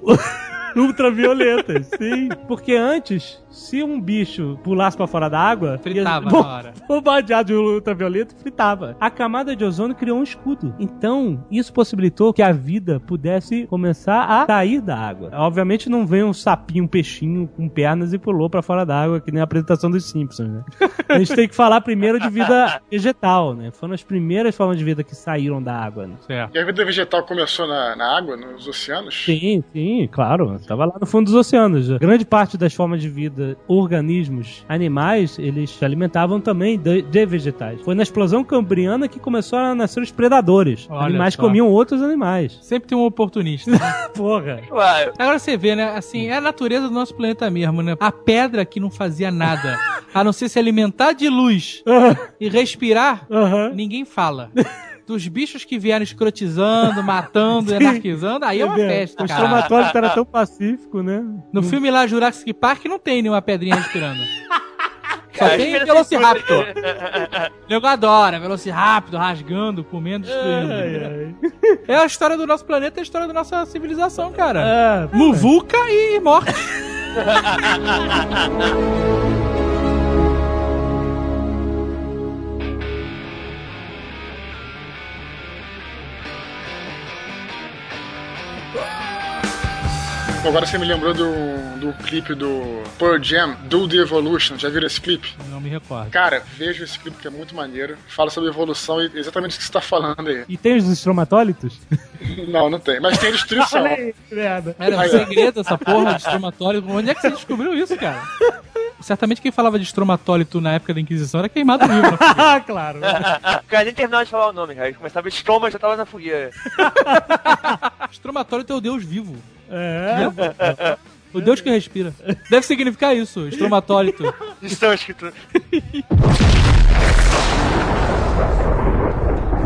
[SPEAKER 3] Ultravioletas, sim. Porque antes, se um bicho pulasse pra fora da água,
[SPEAKER 6] Fritava
[SPEAKER 3] ia-
[SPEAKER 6] na hora.
[SPEAKER 3] bombardeado de ultravioleta, fritava. A camada de ozônio criou um escudo. Então, isso possibilitou que a vida pudesse começar a sair da água. Obviamente não veio um sapinho, um peixinho com pernas e pulou pra fora da água, que nem a apresentação dos Simpsons, né? A gente tem que falar primeiro de vida vegetal, né? Foram as primeiras formas de vida que saíram da água, né?
[SPEAKER 6] Certo.
[SPEAKER 5] E a vida vegetal começou na, na água, nos oceanos?
[SPEAKER 3] Sim, sim, claro. Tava lá no fundo dos oceanos. Grande parte das formas de vida, organismos, animais, eles se alimentavam também de, de vegetais. Foi na explosão cambriana que começaram a nascer os predadores.
[SPEAKER 6] Olha
[SPEAKER 3] animais
[SPEAKER 6] só.
[SPEAKER 3] comiam outros animais.
[SPEAKER 6] Sempre tem um oportunista. né?
[SPEAKER 3] Ah, Porra.
[SPEAKER 4] Ué,
[SPEAKER 6] Agora você vê, né? Assim, é a natureza do nosso planeta mesmo, né? A pedra que não fazia nada, a não ser se alimentar de luz e respirar,
[SPEAKER 3] Ah, Aham.
[SPEAKER 6] ninguém fala. Dos bichos que vieram escrotizando, matando, e anarquizando, aí é uma
[SPEAKER 3] Entendeu?
[SPEAKER 6] festa,
[SPEAKER 3] Os
[SPEAKER 6] cara.
[SPEAKER 3] traumatólogos eram tão pacíficos, né?
[SPEAKER 6] No filme lá, Jurassic Park, não tem nenhuma pedrinha respirando. Só
[SPEAKER 4] cara,
[SPEAKER 6] tem
[SPEAKER 4] espera-
[SPEAKER 6] Velociraptor. O nego adora, Velociraptor, rasgando, comendo,
[SPEAKER 3] Ai,
[SPEAKER 6] destruindo.
[SPEAKER 3] ai.
[SPEAKER 6] É a história do nosso planeta, é a história da nossa civilização, cara.
[SPEAKER 3] Ah,
[SPEAKER 6] Muvuca e morte.
[SPEAKER 5] Pô, Agora você me lembrou do, do clipe do Pearl Jam, Do The Evolution. Já viram esse clipe?
[SPEAKER 6] Não me recordo.
[SPEAKER 5] Cara, veja esse clipe que é muito maneiro. Fala sobre evolução e exatamente o que você tá falando aí.
[SPEAKER 3] e tem os estromatólitos?
[SPEAKER 5] Não, não tem. Mas tem destruição.
[SPEAKER 3] Olha aí, que merda.
[SPEAKER 6] Era um
[SPEAKER 5] Aí, ó.
[SPEAKER 6] segredo essa porra de estromatólito. Onde é que você descobriu isso, cara? Certamente quem falava de estromatólito na época da Inquisição era queimado vivo. né?
[SPEAKER 3] Ah, claro.
[SPEAKER 4] Cara, nem terminava de falar o nome, cara. Começava estômago, já tava na fogueira.
[SPEAKER 6] Estromatólito é o Deus vivo.
[SPEAKER 3] É.
[SPEAKER 6] O Deus que respira. Deve significar isso, estromatólito.
[SPEAKER 4] Estão escrito.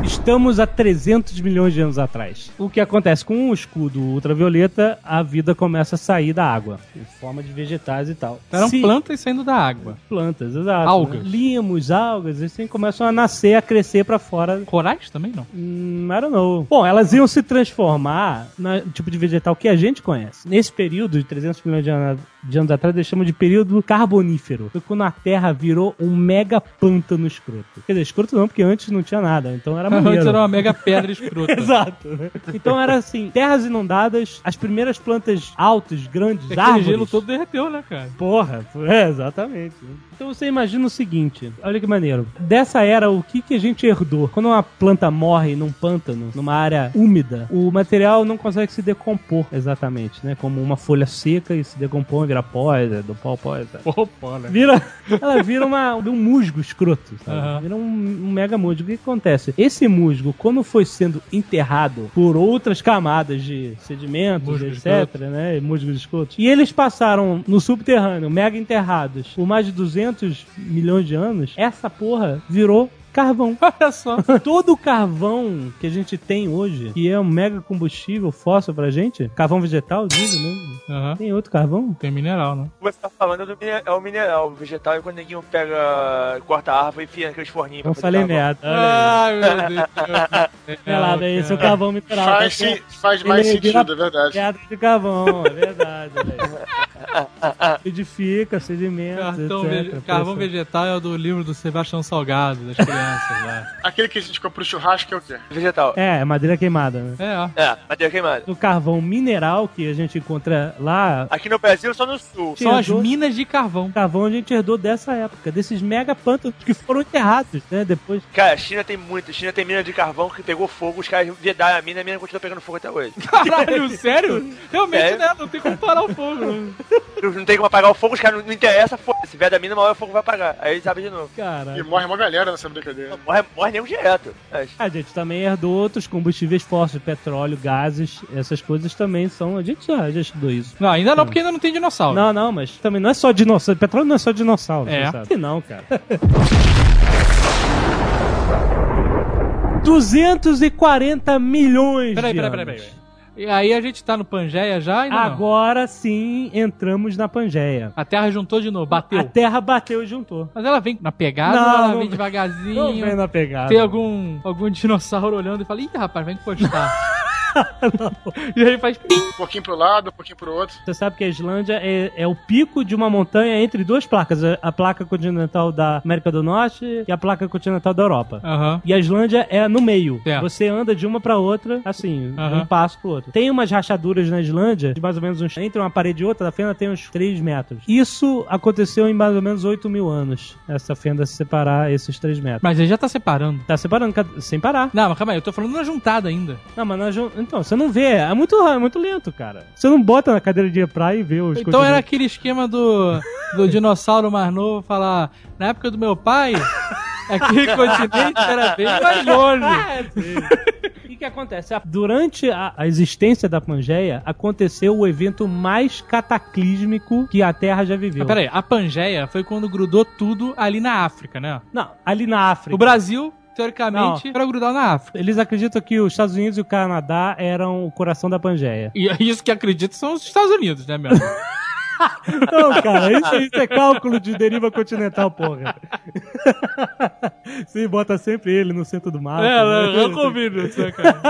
[SPEAKER 3] Estamos a 300 milhões de anos atrás. O que acontece com o escudo ultravioleta, a vida começa a sair da água, em forma de vegetais e tal.
[SPEAKER 6] Eram
[SPEAKER 3] Se-
[SPEAKER 6] plantas um saindo da água.
[SPEAKER 3] plantas, exato.
[SPEAKER 6] Algas.
[SPEAKER 3] Né? Limos, algas, eles assim, começam a nascer, a crescer pra fora.
[SPEAKER 6] Corais também não.
[SPEAKER 3] Hum, I don't know. Bom, elas iam se transformar no tipo de vegetal que a gente conhece. Nesse período de 300 milhões de anos, de anos atrás, eles chamam de período carbonífero. Foi quando a Terra virou um mega pântano escroto. Quer dizer, escroto não, porque antes não tinha nada, então era maneiro.
[SPEAKER 6] Antes era uma mega pedra escrota.
[SPEAKER 3] Exato. né? Então era assim, terras inundadas, as primeiras plantas altas, grandes,
[SPEAKER 6] É que o
[SPEAKER 3] árvores.
[SPEAKER 6] gelo todo derreteu, né, cara?
[SPEAKER 3] Porra, é, exatamente. Então você imagina o seguinte, olha que maneiro. Dessa era, o que, que a gente herdou? Quando uma planta morre num pântano, numa área úmida, o material não consegue se decompor exatamente, né? Como uma folha seca e se decompõe, vira pó, é, do pó, pó, exato.
[SPEAKER 6] Opa, né?
[SPEAKER 3] Vira, ela vira uma, um musgo escroto, sabe?
[SPEAKER 6] Aham.
[SPEAKER 3] Vira um, um mega musgo. O que que acontece? Esse musgo, quando foi sendo enterrado por outras camadas de sedimentos,
[SPEAKER 6] Musgo
[SPEAKER 3] etc., né? E Musgos escrotos. E eles passaram no subterrâneo, mega enterrados, por mais de 200 milhões de anos, essa porra virou Carvão.
[SPEAKER 6] Olha só.
[SPEAKER 3] Todo o carvão que a gente tem hoje, que é um mega combustível fóssil pra gente, carvão vegetal, digo, né?
[SPEAKER 6] Aham.
[SPEAKER 3] Tem outro carvão?
[SPEAKER 6] Tem mineral, né?
[SPEAKER 4] Você tá falando do mine- é o mineral vegetal é quando o neguinho pega, corta a árvore e enfia naqueles forninhos. pra
[SPEAKER 3] Não
[SPEAKER 4] fazer
[SPEAKER 3] falei
[SPEAKER 4] carvão.
[SPEAKER 3] merda. Olha aí.
[SPEAKER 6] Ai, meu Deus. do céu.
[SPEAKER 3] Pelado, é esse é o carvão mineral.
[SPEAKER 5] Faz,
[SPEAKER 3] Tá
[SPEAKER 5] sim- faz mais
[SPEAKER 3] Ele vira-
[SPEAKER 5] sentido, é verdade.
[SPEAKER 3] Piada de carvão, é verdade. velho. Edifica, sedimenta,
[SPEAKER 6] Cartão
[SPEAKER 3] etc.
[SPEAKER 6] vege- Carvão
[SPEAKER 3] Poxa.
[SPEAKER 6] Vegetal é o do livro do Sebastião Salgado, das crianças lá.
[SPEAKER 5] Aquele que a gente compra pro churrasco é o quê?
[SPEAKER 4] Vegetal.
[SPEAKER 3] É, madeira queimada, né?
[SPEAKER 6] É, ó.
[SPEAKER 4] É, madeira queimada.
[SPEAKER 3] O carvão mineral que a gente encontra lá,
[SPEAKER 4] Aqui no Brasil, só no sul.
[SPEAKER 6] São as
[SPEAKER 3] Herdou-
[SPEAKER 6] minas de carvão.
[SPEAKER 3] o carvão a gente herdou dessa época, desses mega pântanos que foram enterrados, né? Depois.
[SPEAKER 4] Cara, a China tem muito. A China tem mina de carvão que pegou fogo, os caras vedaram a mina e a mina continua pegando fogo até hoje.
[SPEAKER 6] Caralho, sério? Realmente,
[SPEAKER 4] É.
[SPEAKER 6] né? Não tem como parar o fogo. né?
[SPEAKER 4] não tem como apagar o fogo, os caras não, não interessa, foda-se. Veda a mina, uma hora o fogo vai apagar. Aí ele sabe de novo.
[SPEAKER 5] E
[SPEAKER 3] Cara.
[SPEAKER 5] morre uma galera nessa brincadeira.
[SPEAKER 4] Morre, morre nego direto. É,
[SPEAKER 3] A gente também herdou outros combustíveis fósseis, petróleo, gases, essas coisas também são. A gente já, já estudou isso.
[SPEAKER 6] Não, ainda não, porque ainda não tem dinossauro.
[SPEAKER 3] Não, não, mas também não é só dinossauro. Petróleo não é só dinossauro,
[SPEAKER 6] É.
[SPEAKER 3] você sabe? Que não, cara. 240 milhões
[SPEAKER 6] Peraí,
[SPEAKER 3] de
[SPEAKER 6] peraí, peraí,
[SPEAKER 3] anos.
[SPEAKER 6] peraí. E aí a gente tá no Pangeia já? Ainda não.
[SPEAKER 3] Agora sim entramos na Pangeia.
[SPEAKER 6] A Terra juntou de novo, bateu.
[SPEAKER 3] A Terra bateu e juntou.
[SPEAKER 6] Mas ela vem na pegada
[SPEAKER 3] Não,
[SPEAKER 6] ou ela
[SPEAKER 3] não
[SPEAKER 6] vem
[SPEAKER 3] vem.
[SPEAKER 6] devagarzinho?
[SPEAKER 3] Não vem na pegada.
[SPEAKER 6] Tem algum, algum dinossauro olhando e fala, ih, rapaz, vem postar. e aí faz pim.
[SPEAKER 5] Um pouquinho pro lado, um pouquinho pro outro.
[SPEAKER 3] Você sabe que a Islândia é, é o pico de uma montanha entre duas placas. A, a placa continental da América do Norte e a placa continental da Europa.
[SPEAKER 6] Aham.
[SPEAKER 3] E a Islândia é no meio.
[SPEAKER 6] Certo.
[SPEAKER 3] Você anda de uma pra outra, assim,
[SPEAKER 6] Aham.
[SPEAKER 3] um passo pro outro. Tem umas rachaduras na Islândia, de mais ou menos uns. Entre uma parede e outra, a fenda tem uns 3 metros. Isso aconteceu em mais ou menos 8 mil anos. Essa fenda se separar esses 3 metros.
[SPEAKER 6] Mas ele já tá separando.
[SPEAKER 3] Tá separando ca- sem parar.
[SPEAKER 6] Não, mas calma aí, eu tô falando na juntada ainda.
[SPEAKER 3] Não, mas nós, não- então, você não vê. É muito, é muito lento, cara. Você não bota na cadeira de praia e vê os
[SPEAKER 6] Então era
[SPEAKER 3] continentes.
[SPEAKER 6] aquele esquema do, do dinossauro mais novo falar, na época do meu pai, aquele continente era bem mais
[SPEAKER 3] Ah,
[SPEAKER 6] longe.
[SPEAKER 3] é O que, que acontece? A- Durante a, a existência da Pangeia, aconteceu o evento mais cataclísmico que a Terra já viveu.
[SPEAKER 6] Mas peraí, a Pangeia foi quando grudou tudo ali na África, né?
[SPEAKER 3] Não, ali na África.
[SPEAKER 6] O Brasil, teoricamente, era grudar na África.
[SPEAKER 3] Eles acreditam que os Estados Unidos e o Canadá eram o coração da Pangeia.
[SPEAKER 6] E é isso que acredito são os Estados Unidos, né, meu?
[SPEAKER 3] Não, cara, isso, isso é cálculo de deriva continental, porra. Você bota sempre ele no centro do mapa. né?
[SPEAKER 6] combino É, isso, cara.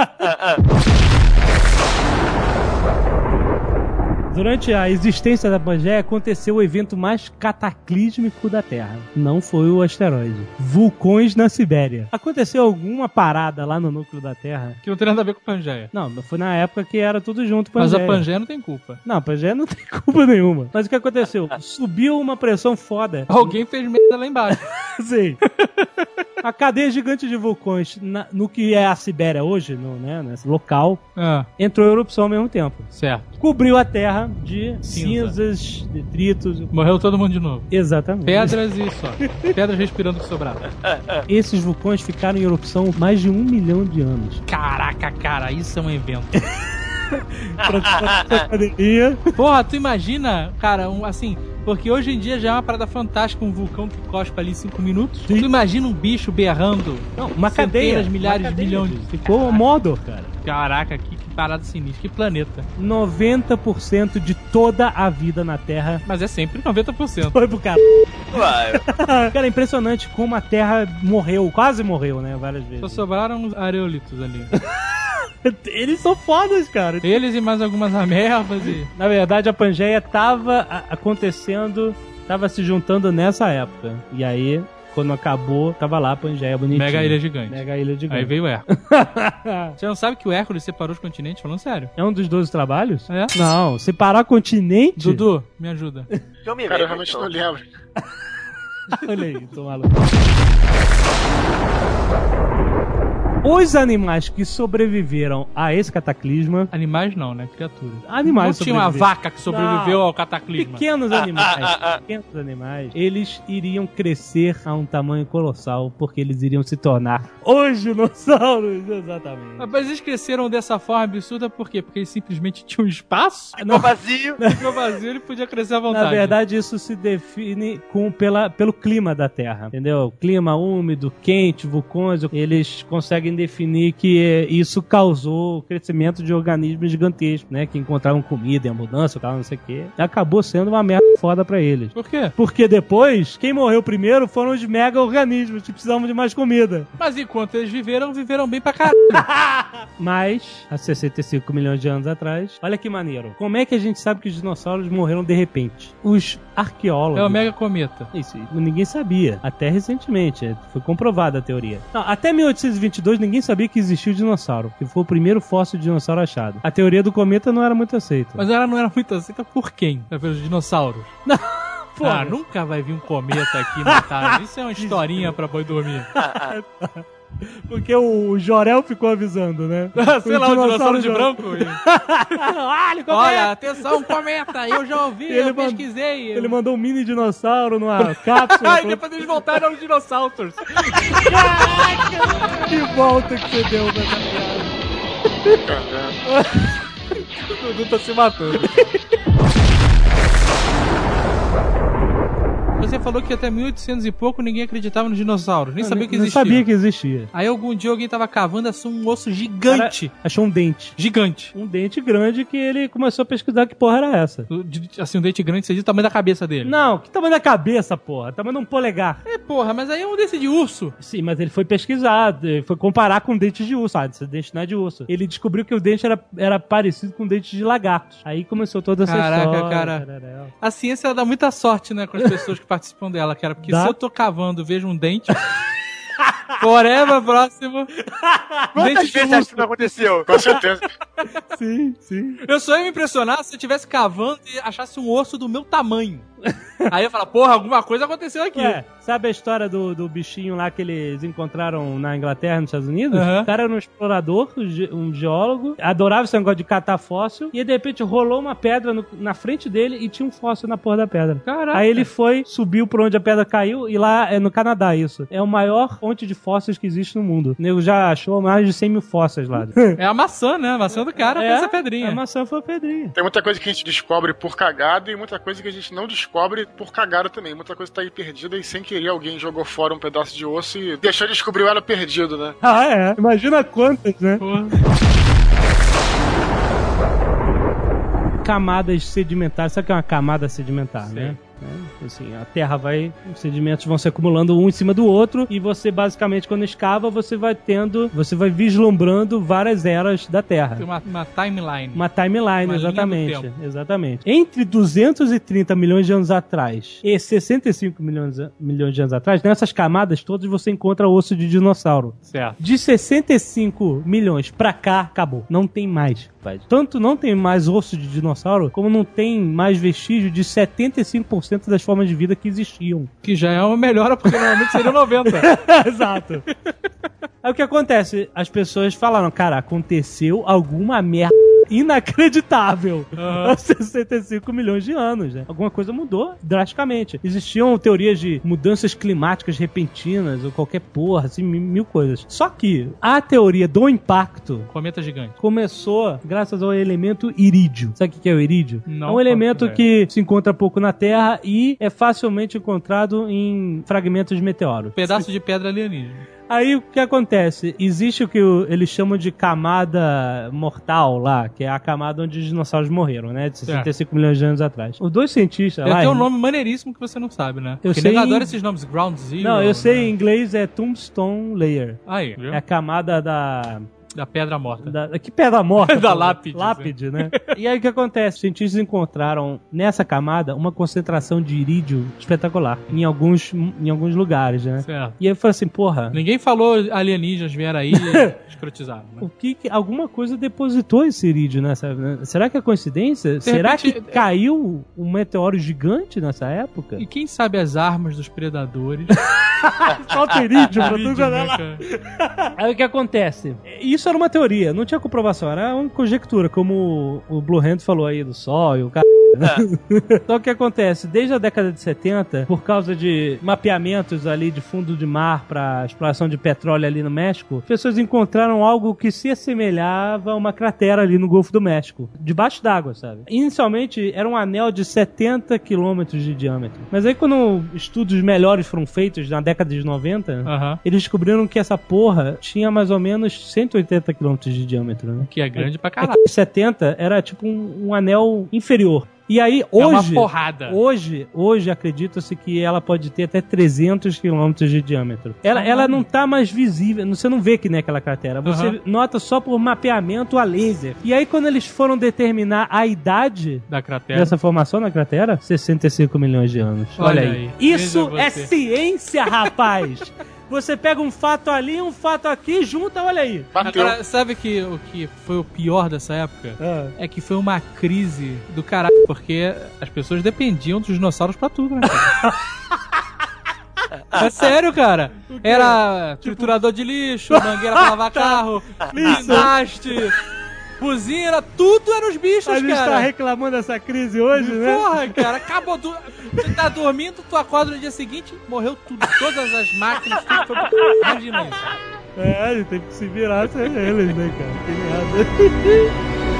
[SPEAKER 3] Durante a existência da Pangeia, aconteceu o evento mais cataclísmico da Terra. Não foi o asteroide. Vulcões na Sibéria. Aconteceu alguma parada lá no núcleo da Terra?
[SPEAKER 6] Que não tem nada a ver com Pangeia.
[SPEAKER 3] Não, mas foi na época que era tudo junto
[SPEAKER 6] Mas a Pangeia não tem culpa.
[SPEAKER 3] Não, a Pangeia não tem culpa nenhuma. Mas o que aconteceu? Subiu uma pressão foda.
[SPEAKER 6] Alguém fez merda lá embaixo.
[SPEAKER 3] Sei. A cadeia gigante de vulcões na- no que é a Sibéria hoje, no, né, nesse local,
[SPEAKER 6] ah,
[SPEAKER 3] entrou em erupção ao mesmo tempo.
[SPEAKER 6] certo.
[SPEAKER 3] Cobriu a terra de
[SPEAKER 6] Cinza.
[SPEAKER 3] cinzas, detritos.
[SPEAKER 6] Morreu todo mundo de novo.
[SPEAKER 3] Exatamente.
[SPEAKER 6] Pedras e só. Pedras respirando que sobraram.
[SPEAKER 3] Esses vulcões ficaram em erupção mais de um milhão de anos.
[SPEAKER 6] Caraca, cara, isso é um evento.
[SPEAKER 3] Pra- pra- pra academia.
[SPEAKER 6] Porra, tu imagina, cara, um, assim, porque hoje em dia já é uma parada fantástica um vulcão que cospa ali em 5 minutos. Tu imagina um bicho berrando.
[SPEAKER 3] Não, uma cadeia.
[SPEAKER 6] centenas, milhares,
[SPEAKER 3] Uma cadeia.
[SPEAKER 6] milhões de-
[SPEAKER 3] Ficou um Mordor, cara.
[SPEAKER 6] Caraca, que, que parada sinistra, que planeta.
[SPEAKER 3] 90% de toda a vida na Terra
[SPEAKER 6] Mas é sempre 90%.
[SPEAKER 3] foi pro cara.
[SPEAKER 4] Uai,
[SPEAKER 3] Cara, é impressionante como a Terra morreu, quase morreu, né? Várias vezes.
[SPEAKER 6] Só sobraram os areolitos ali.
[SPEAKER 3] Eles são fodas, cara.
[SPEAKER 6] Eles e mais algumas amebas e.
[SPEAKER 3] Na verdade, a Pangeia tava a- acontecendo, tava se juntando nessa época. E aí, quando acabou, tava lá a Pangeia bonitinha.
[SPEAKER 6] Mega ilha gigante.
[SPEAKER 3] Mega ilha de
[SPEAKER 6] Aí veio o Hércules. Você não sabe que o Hércules separou os continentes? Falando sério.
[SPEAKER 3] É um dos 12 trabalhos?
[SPEAKER 6] É?
[SPEAKER 3] Não, separar continente?
[SPEAKER 6] Dudu, me ajuda.
[SPEAKER 4] eu me
[SPEAKER 3] é
[SPEAKER 5] Cara, eu
[SPEAKER 4] lembro,
[SPEAKER 5] realmente
[SPEAKER 4] então.
[SPEAKER 5] não lembro.
[SPEAKER 3] Olha aí, tô maluco. Os animais que sobreviveram a esse cataclisma.
[SPEAKER 6] Animais não, né? Criaturas.
[SPEAKER 3] Animais
[SPEAKER 6] Não tinha uma
[SPEAKER 3] sobreviveram.
[SPEAKER 6] vaca que sobreviveu
[SPEAKER 3] Não.
[SPEAKER 6] ao cataclisma.
[SPEAKER 3] Pequenos animais, pequenos animais, eles iriam crescer a um tamanho colossal, porque eles iriam se tornar os dinossauros, exatamente.
[SPEAKER 6] Mas eles cresceram dessa forma absurda por quê? Porque eles simplesmente tinham espaço,
[SPEAKER 4] Ficou vazio.
[SPEAKER 6] ficou vazio ele podia crescer à vontade.
[SPEAKER 3] Ah, Na verdade, isso se define com, pela, pelo clima da Terra, entendeu? Clima úmido, quente, vulcões, eles conseguem definir que eh, isso causou o crescimento de organismos gigantescos, né? Que encontraram comida em abundância, tal, não sei o quê. Acabou sendo uma merda foda pra eles.
[SPEAKER 6] Por quê?
[SPEAKER 3] Porque depois, quem morreu primeiro foram os mega-organismos que precisavam de mais comida.
[SPEAKER 6] Mas enquanto eles viveram, viveram bem pra caralho.
[SPEAKER 3] Mas, há 65 milhões de anos atrás, olha que maneiro. Como é que a gente sabe que os dinossauros morreram de repente? Os arqueólogos.
[SPEAKER 6] É o mega cometa.
[SPEAKER 3] Isso, ninguém sabia. Até recentemente. é, Foi comprovada a teoria. Não, até 1822 ninguém sabia que existia o dinossauro. Que foi o primeiro fóssil de dinossauro achado. A teoria do cometa não era muito aceita.
[SPEAKER 6] Mas ela não era muito aceita por quem? Pelos dinossauros.
[SPEAKER 3] Pô,
[SPEAKER 6] Ah, nunca vai vir um cometa aqui matar. Isso é uma historinha pra boi dormir.
[SPEAKER 3] Porque o Jorel ficou avisando, né?
[SPEAKER 6] Sei lá, o Um dinossauro de branco.
[SPEAKER 3] Olha, como é?
[SPEAKER 6] Olha, atenção, cometa. Eu já ouvi,
[SPEAKER 3] Ele
[SPEAKER 6] eu
[SPEAKER 3] mand-
[SPEAKER 6] pesquisei.
[SPEAKER 3] Ele mandou um mini dinossauro numa cápsula.
[SPEAKER 6] Ah, e depois eles voltaram aos dinossauros.
[SPEAKER 3] Que volta que você deu, né?
[SPEAKER 6] O Dudu
[SPEAKER 3] assim
[SPEAKER 6] tá se matando. Você falou que até 1800 e pouco ninguém acreditava nos dinossauros, nem sabia que
[SPEAKER 3] Não
[SPEAKER 6] existia.
[SPEAKER 3] sabia que existia.
[SPEAKER 6] Aí algum dia alguém tava cavando assim um osso gigante.
[SPEAKER 3] Achou um dente.
[SPEAKER 6] Gigante.
[SPEAKER 3] Um dente grande que ele começou a pesquisar que porra era essa.
[SPEAKER 6] Do- de- Assim, um dente grande, você diz o tamanho da cabeça dele.
[SPEAKER 3] Não, que tamanho da cabeça, porra? Tamanho de um polegar.
[SPEAKER 6] É, porra, mas aí é um desse de urso.
[SPEAKER 3] Sim, mas ele foi pesquisado, ele foi comparar com dentes de urso. Ah, esse dente não é de urso. Ele descobriu que o dente era, era parecido com dente de lagartos. Aí começou toda essa
[SPEAKER 6] Caraca,
[SPEAKER 3] história.
[SPEAKER 6] cara.
[SPEAKER 3] tararel.
[SPEAKER 6] A ciência ela dá muita sorte, né, com as pessoas que participam dela, cara. Porque
[SPEAKER 3] Dá.
[SPEAKER 6] se eu tô cavando, vejo um dente. Forever próximo. Dente
[SPEAKER 4] Quantas
[SPEAKER 6] de
[SPEAKER 4] vezes
[SPEAKER 6] urso.
[SPEAKER 4] isso não aconteceu?
[SPEAKER 5] Com certeza.
[SPEAKER 3] Sim, sim.
[SPEAKER 6] Eu só ia me impressionar se eu estivesse cavando e achasse um osso do meu tamanho. Aí eu ia falar, porra, alguma coisa aconteceu aqui.
[SPEAKER 3] Ué, sabe a história do, do bichinho lá que eles encontraram na Inglaterra, nos Estados Unidos?
[SPEAKER 6] Aham.
[SPEAKER 3] O cara era um explorador, um ge- um geólogo, adorava esse negócio de catar fóssil, e aí, de repente rolou uma pedra no- na frente dele e tinha um fóssil na porra da pedra.
[SPEAKER 6] Caraca.
[SPEAKER 3] Aí ele foi, subiu por onde a pedra caiu, e lá é no Canadá isso. É o maior fonte de fósseis que existe no mundo. O nego já achou mais de 100 mil fósseis lá. É,
[SPEAKER 6] É a maçã, né? A maçã do cara fez essa pedrinha.
[SPEAKER 3] A maçã foi a pedrinha.
[SPEAKER 5] Tem muita coisa que a gente descobre por cagada e muita coisa que a gente não descobre por cagada também. Muita coisa tá aí perdida e sem querer alguém jogou fora um pedaço de osso e deixou de descobrir ela perdido, né?
[SPEAKER 3] Ah, é. Imagina quantas, né?
[SPEAKER 6] Porra.
[SPEAKER 3] Camadas sedimentares. Sabe o que é uma camada sedimentar, né? É, Assim, a terra vai, os sedimentos vão se acumulando um em cima do outro, e você basicamente, quando escava, você vai tendo, você vai vislumbrando várias eras da terra.
[SPEAKER 6] Tem uma, uma timeline.
[SPEAKER 3] Uma timeline,
[SPEAKER 6] Uma linha do
[SPEAKER 3] exatamente. Exatamente. Entre 230 milhões de anos atrás e 65 milhões, milhões de anos atrás, nessas camadas todas você encontra osso de dinossauro.
[SPEAKER 6] Certo.
[SPEAKER 3] De 65 milhões pra cá, acabou. Não tem mais. rapaz. Tanto não tem mais osso de dinossauro, como não tem mais vestígio de 75% das formas de vida que existiam.
[SPEAKER 6] Que já é uma melhora, porque normalmente seria 90.
[SPEAKER 3] Exato. Aí o que acontece? As pessoas falaram, cara, aconteceu alguma merda inacreditável
[SPEAKER 6] Aham.
[SPEAKER 3] há 65 milhões de anos, né? Alguma coisa mudou drasticamente. Existiam teorias de mudanças climáticas repentinas ou qualquer porra, assim, mi- mil coisas. Só que a teoria do impacto
[SPEAKER 6] Cometa gigante.
[SPEAKER 3] começou graças ao elemento irídio. Sabe o que é o irídio?
[SPEAKER 6] Não
[SPEAKER 3] é um
[SPEAKER 6] faço
[SPEAKER 3] elemento
[SPEAKER 6] ideia.
[SPEAKER 3] que se encontra pouco na Terra e é facilmente encontrado em fragmentos de meteoros.
[SPEAKER 6] Um Pedaço de pedra alienígena.
[SPEAKER 3] Aí o que acontece? Existe o que o- eles chamam de camada mortal lá, que é a camada onde os dinossauros morreram, né? De 65 milhões de anos atrás. Os dois cientistas
[SPEAKER 6] Tem
[SPEAKER 3] lá.
[SPEAKER 6] até um nome maneiríssimo que você não sabe, né?
[SPEAKER 3] Eu
[SPEAKER 6] porque
[SPEAKER 3] sei-
[SPEAKER 6] nego adora esses nomes. Ground Zero.
[SPEAKER 3] Não, eu sei em
[SPEAKER 6] Né?
[SPEAKER 3] inglês é Tombstone Layer.
[SPEAKER 6] Aí, viu?
[SPEAKER 3] É a camada da.
[SPEAKER 6] Da pedra morta.
[SPEAKER 3] da, da- que pedra morta.
[SPEAKER 6] Da
[SPEAKER 3] pô, né?
[SPEAKER 6] lápide,
[SPEAKER 3] Lápide, né? e aí o que acontece? Os cientistas encontraram nessa camada uma concentração de irídio espetacular em alguns, em alguns lugares, né?
[SPEAKER 6] Certo.
[SPEAKER 3] E aí eu falei assim, porra,
[SPEAKER 6] Ninguém falou alienígenas vieram aí e escrotizaram. Né?
[SPEAKER 3] O que, que- alguma coisa depositou esse irídio nessa. né? Será que é coincidência? Será que
[SPEAKER 6] repente-
[SPEAKER 3] caiu um meteoro gigante nessa época?
[SPEAKER 6] E quem sabe as armas dos predadores
[SPEAKER 3] Falta irídio pra tudo
[SPEAKER 6] Vídeo,
[SPEAKER 3] quando é
[SPEAKER 6] né,
[SPEAKER 3] lá.
[SPEAKER 6] cara?
[SPEAKER 3] Aí o que acontece? Isso era uma teoria, não tinha comprovação, era uma conjectura, como o Blue Hand falou aí do sol e o cara. Só que o que acontece, desde a década de 70, por causa de mapeamentos ali de fundo de mar para exploração de petróleo ali no México, pessoas encontraram algo que se assemelhava a uma cratera ali no Golfo do México, debaixo d'água, sabe? Inicialmente era um anel de 70 quilômetros de diâmetro. Mas aí quando estudos melhores foram feitos na década de 90,
[SPEAKER 6] Aham.
[SPEAKER 3] eles descobriram que essa porra tinha mais ou menos 180 quilômetros de diâmetro, né?
[SPEAKER 6] Que é grande pra caralho.
[SPEAKER 3] Aqui, 70 era tipo um, um anel inferior. E aí, hoje...
[SPEAKER 6] é uma porrada.
[SPEAKER 3] Hoje, hoje acredita-se que ela pode ter até 300 quilômetros de diâmetro. Ela, ela não tá mais visível, você não vê que nem aquela cratera, você
[SPEAKER 6] Aham.
[SPEAKER 3] nota só por mapeamento a laser. E aí quando eles foram determinar a idade
[SPEAKER 6] Da cratera.
[SPEAKER 3] dessa formação na cratera, 65 milhões de anos. Olha,
[SPEAKER 6] Olha
[SPEAKER 3] aí.
[SPEAKER 6] aí.
[SPEAKER 3] Isso
[SPEAKER 6] Veja
[SPEAKER 3] é
[SPEAKER 6] você.
[SPEAKER 3] ciência, rapaz. Você pega um fato ali, um fato aqui, junta, olha aí.
[SPEAKER 5] Bateu.
[SPEAKER 6] Agora, sabe que, o que foi o pior dessa época?
[SPEAKER 3] Ah.
[SPEAKER 6] É que foi uma crise do caralho, porque as pessoas dependiam dos dinossauros pra tudo, né? cara? É sério, cara. Era
[SPEAKER 3] Tipo-
[SPEAKER 6] triturador de lixo, mangueira pra lavar
[SPEAKER 3] Tá.
[SPEAKER 6] carro, guindaste, buzina, tudo eram os bichos,
[SPEAKER 3] A gente tá
[SPEAKER 6] cara.
[SPEAKER 3] reclamando dessa crise hoje, né?
[SPEAKER 6] Porra, cara, acabou tudo. Tu tá dormindo, tu acorda no dia seguinte, morreu tudo. Todas as máquinas, tudo foi pro... Imagina isso.
[SPEAKER 3] É, a gente tem que se virar sem eles, né, cara? Tem errado.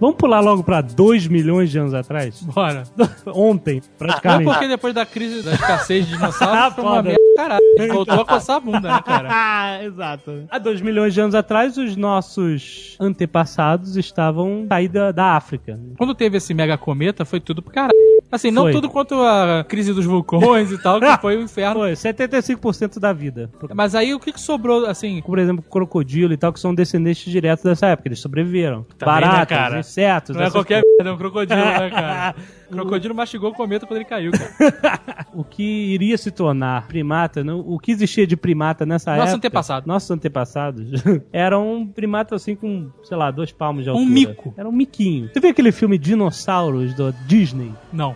[SPEAKER 3] Vamos pular logo pra 2 milhões de anos atrás?
[SPEAKER 6] Bora.
[SPEAKER 3] Ontem,
[SPEAKER 6] Não
[SPEAKER 3] praticamente.
[SPEAKER 6] porque depois da crise da escassez de
[SPEAKER 3] Ah,
[SPEAKER 6] dinossauros foi uma
[SPEAKER 3] foda.
[SPEAKER 6] merda, caralho. Voltou a coçar a bunda, né, cara?
[SPEAKER 3] Ah, exato. Há 2 milhões de anos atrás, os nossos antepassados estavam saída da África.
[SPEAKER 6] Quando teve esse mega cometa, foi tudo pro caralho. Assim, não
[SPEAKER 3] Foi.
[SPEAKER 6] tudo quanto a crise dos vulcões e tal, que foi o inferno.
[SPEAKER 3] Foi 75% da vida.
[SPEAKER 6] Mas aí o que, que sobrou, assim,
[SPEAKER 3] Por exemplo, crocodilo e tal, que são descendentes diretos dessa época. Eles sobreviveram.
[SPEAKER 6] né,
[SPEAKER 3] Baratas,
[SPEAKER 6] cara?
[SPEAKER 3] insetos.
[SPEAKER 6] não é
[SPEAKER 3] essas
[SPEAKER 6] qualquer merda, é um crocodilo, né, cara? O crocodilo mastigou o cometa quando ele caiu, cara.
[SPEAKER 3] o que iria se tornar primata, né? o que existia de primata nessa
[SPEAKER 6] Nosso
[SPEAKER 3] época.
[SPEAKER 6] antepassado.
[SPEAKER 3] Nossos antepassados eram um primata assim com, sei lá, dois palmos de
[SPEAKER 6] Um
[SPEAKER 3] altura.
[SPEAKER 6] mico.
[SPEAKER 3] Era um miquinho. Você viu aquele filme Dinossauros do Disney?
[SPEAKER 6] Não.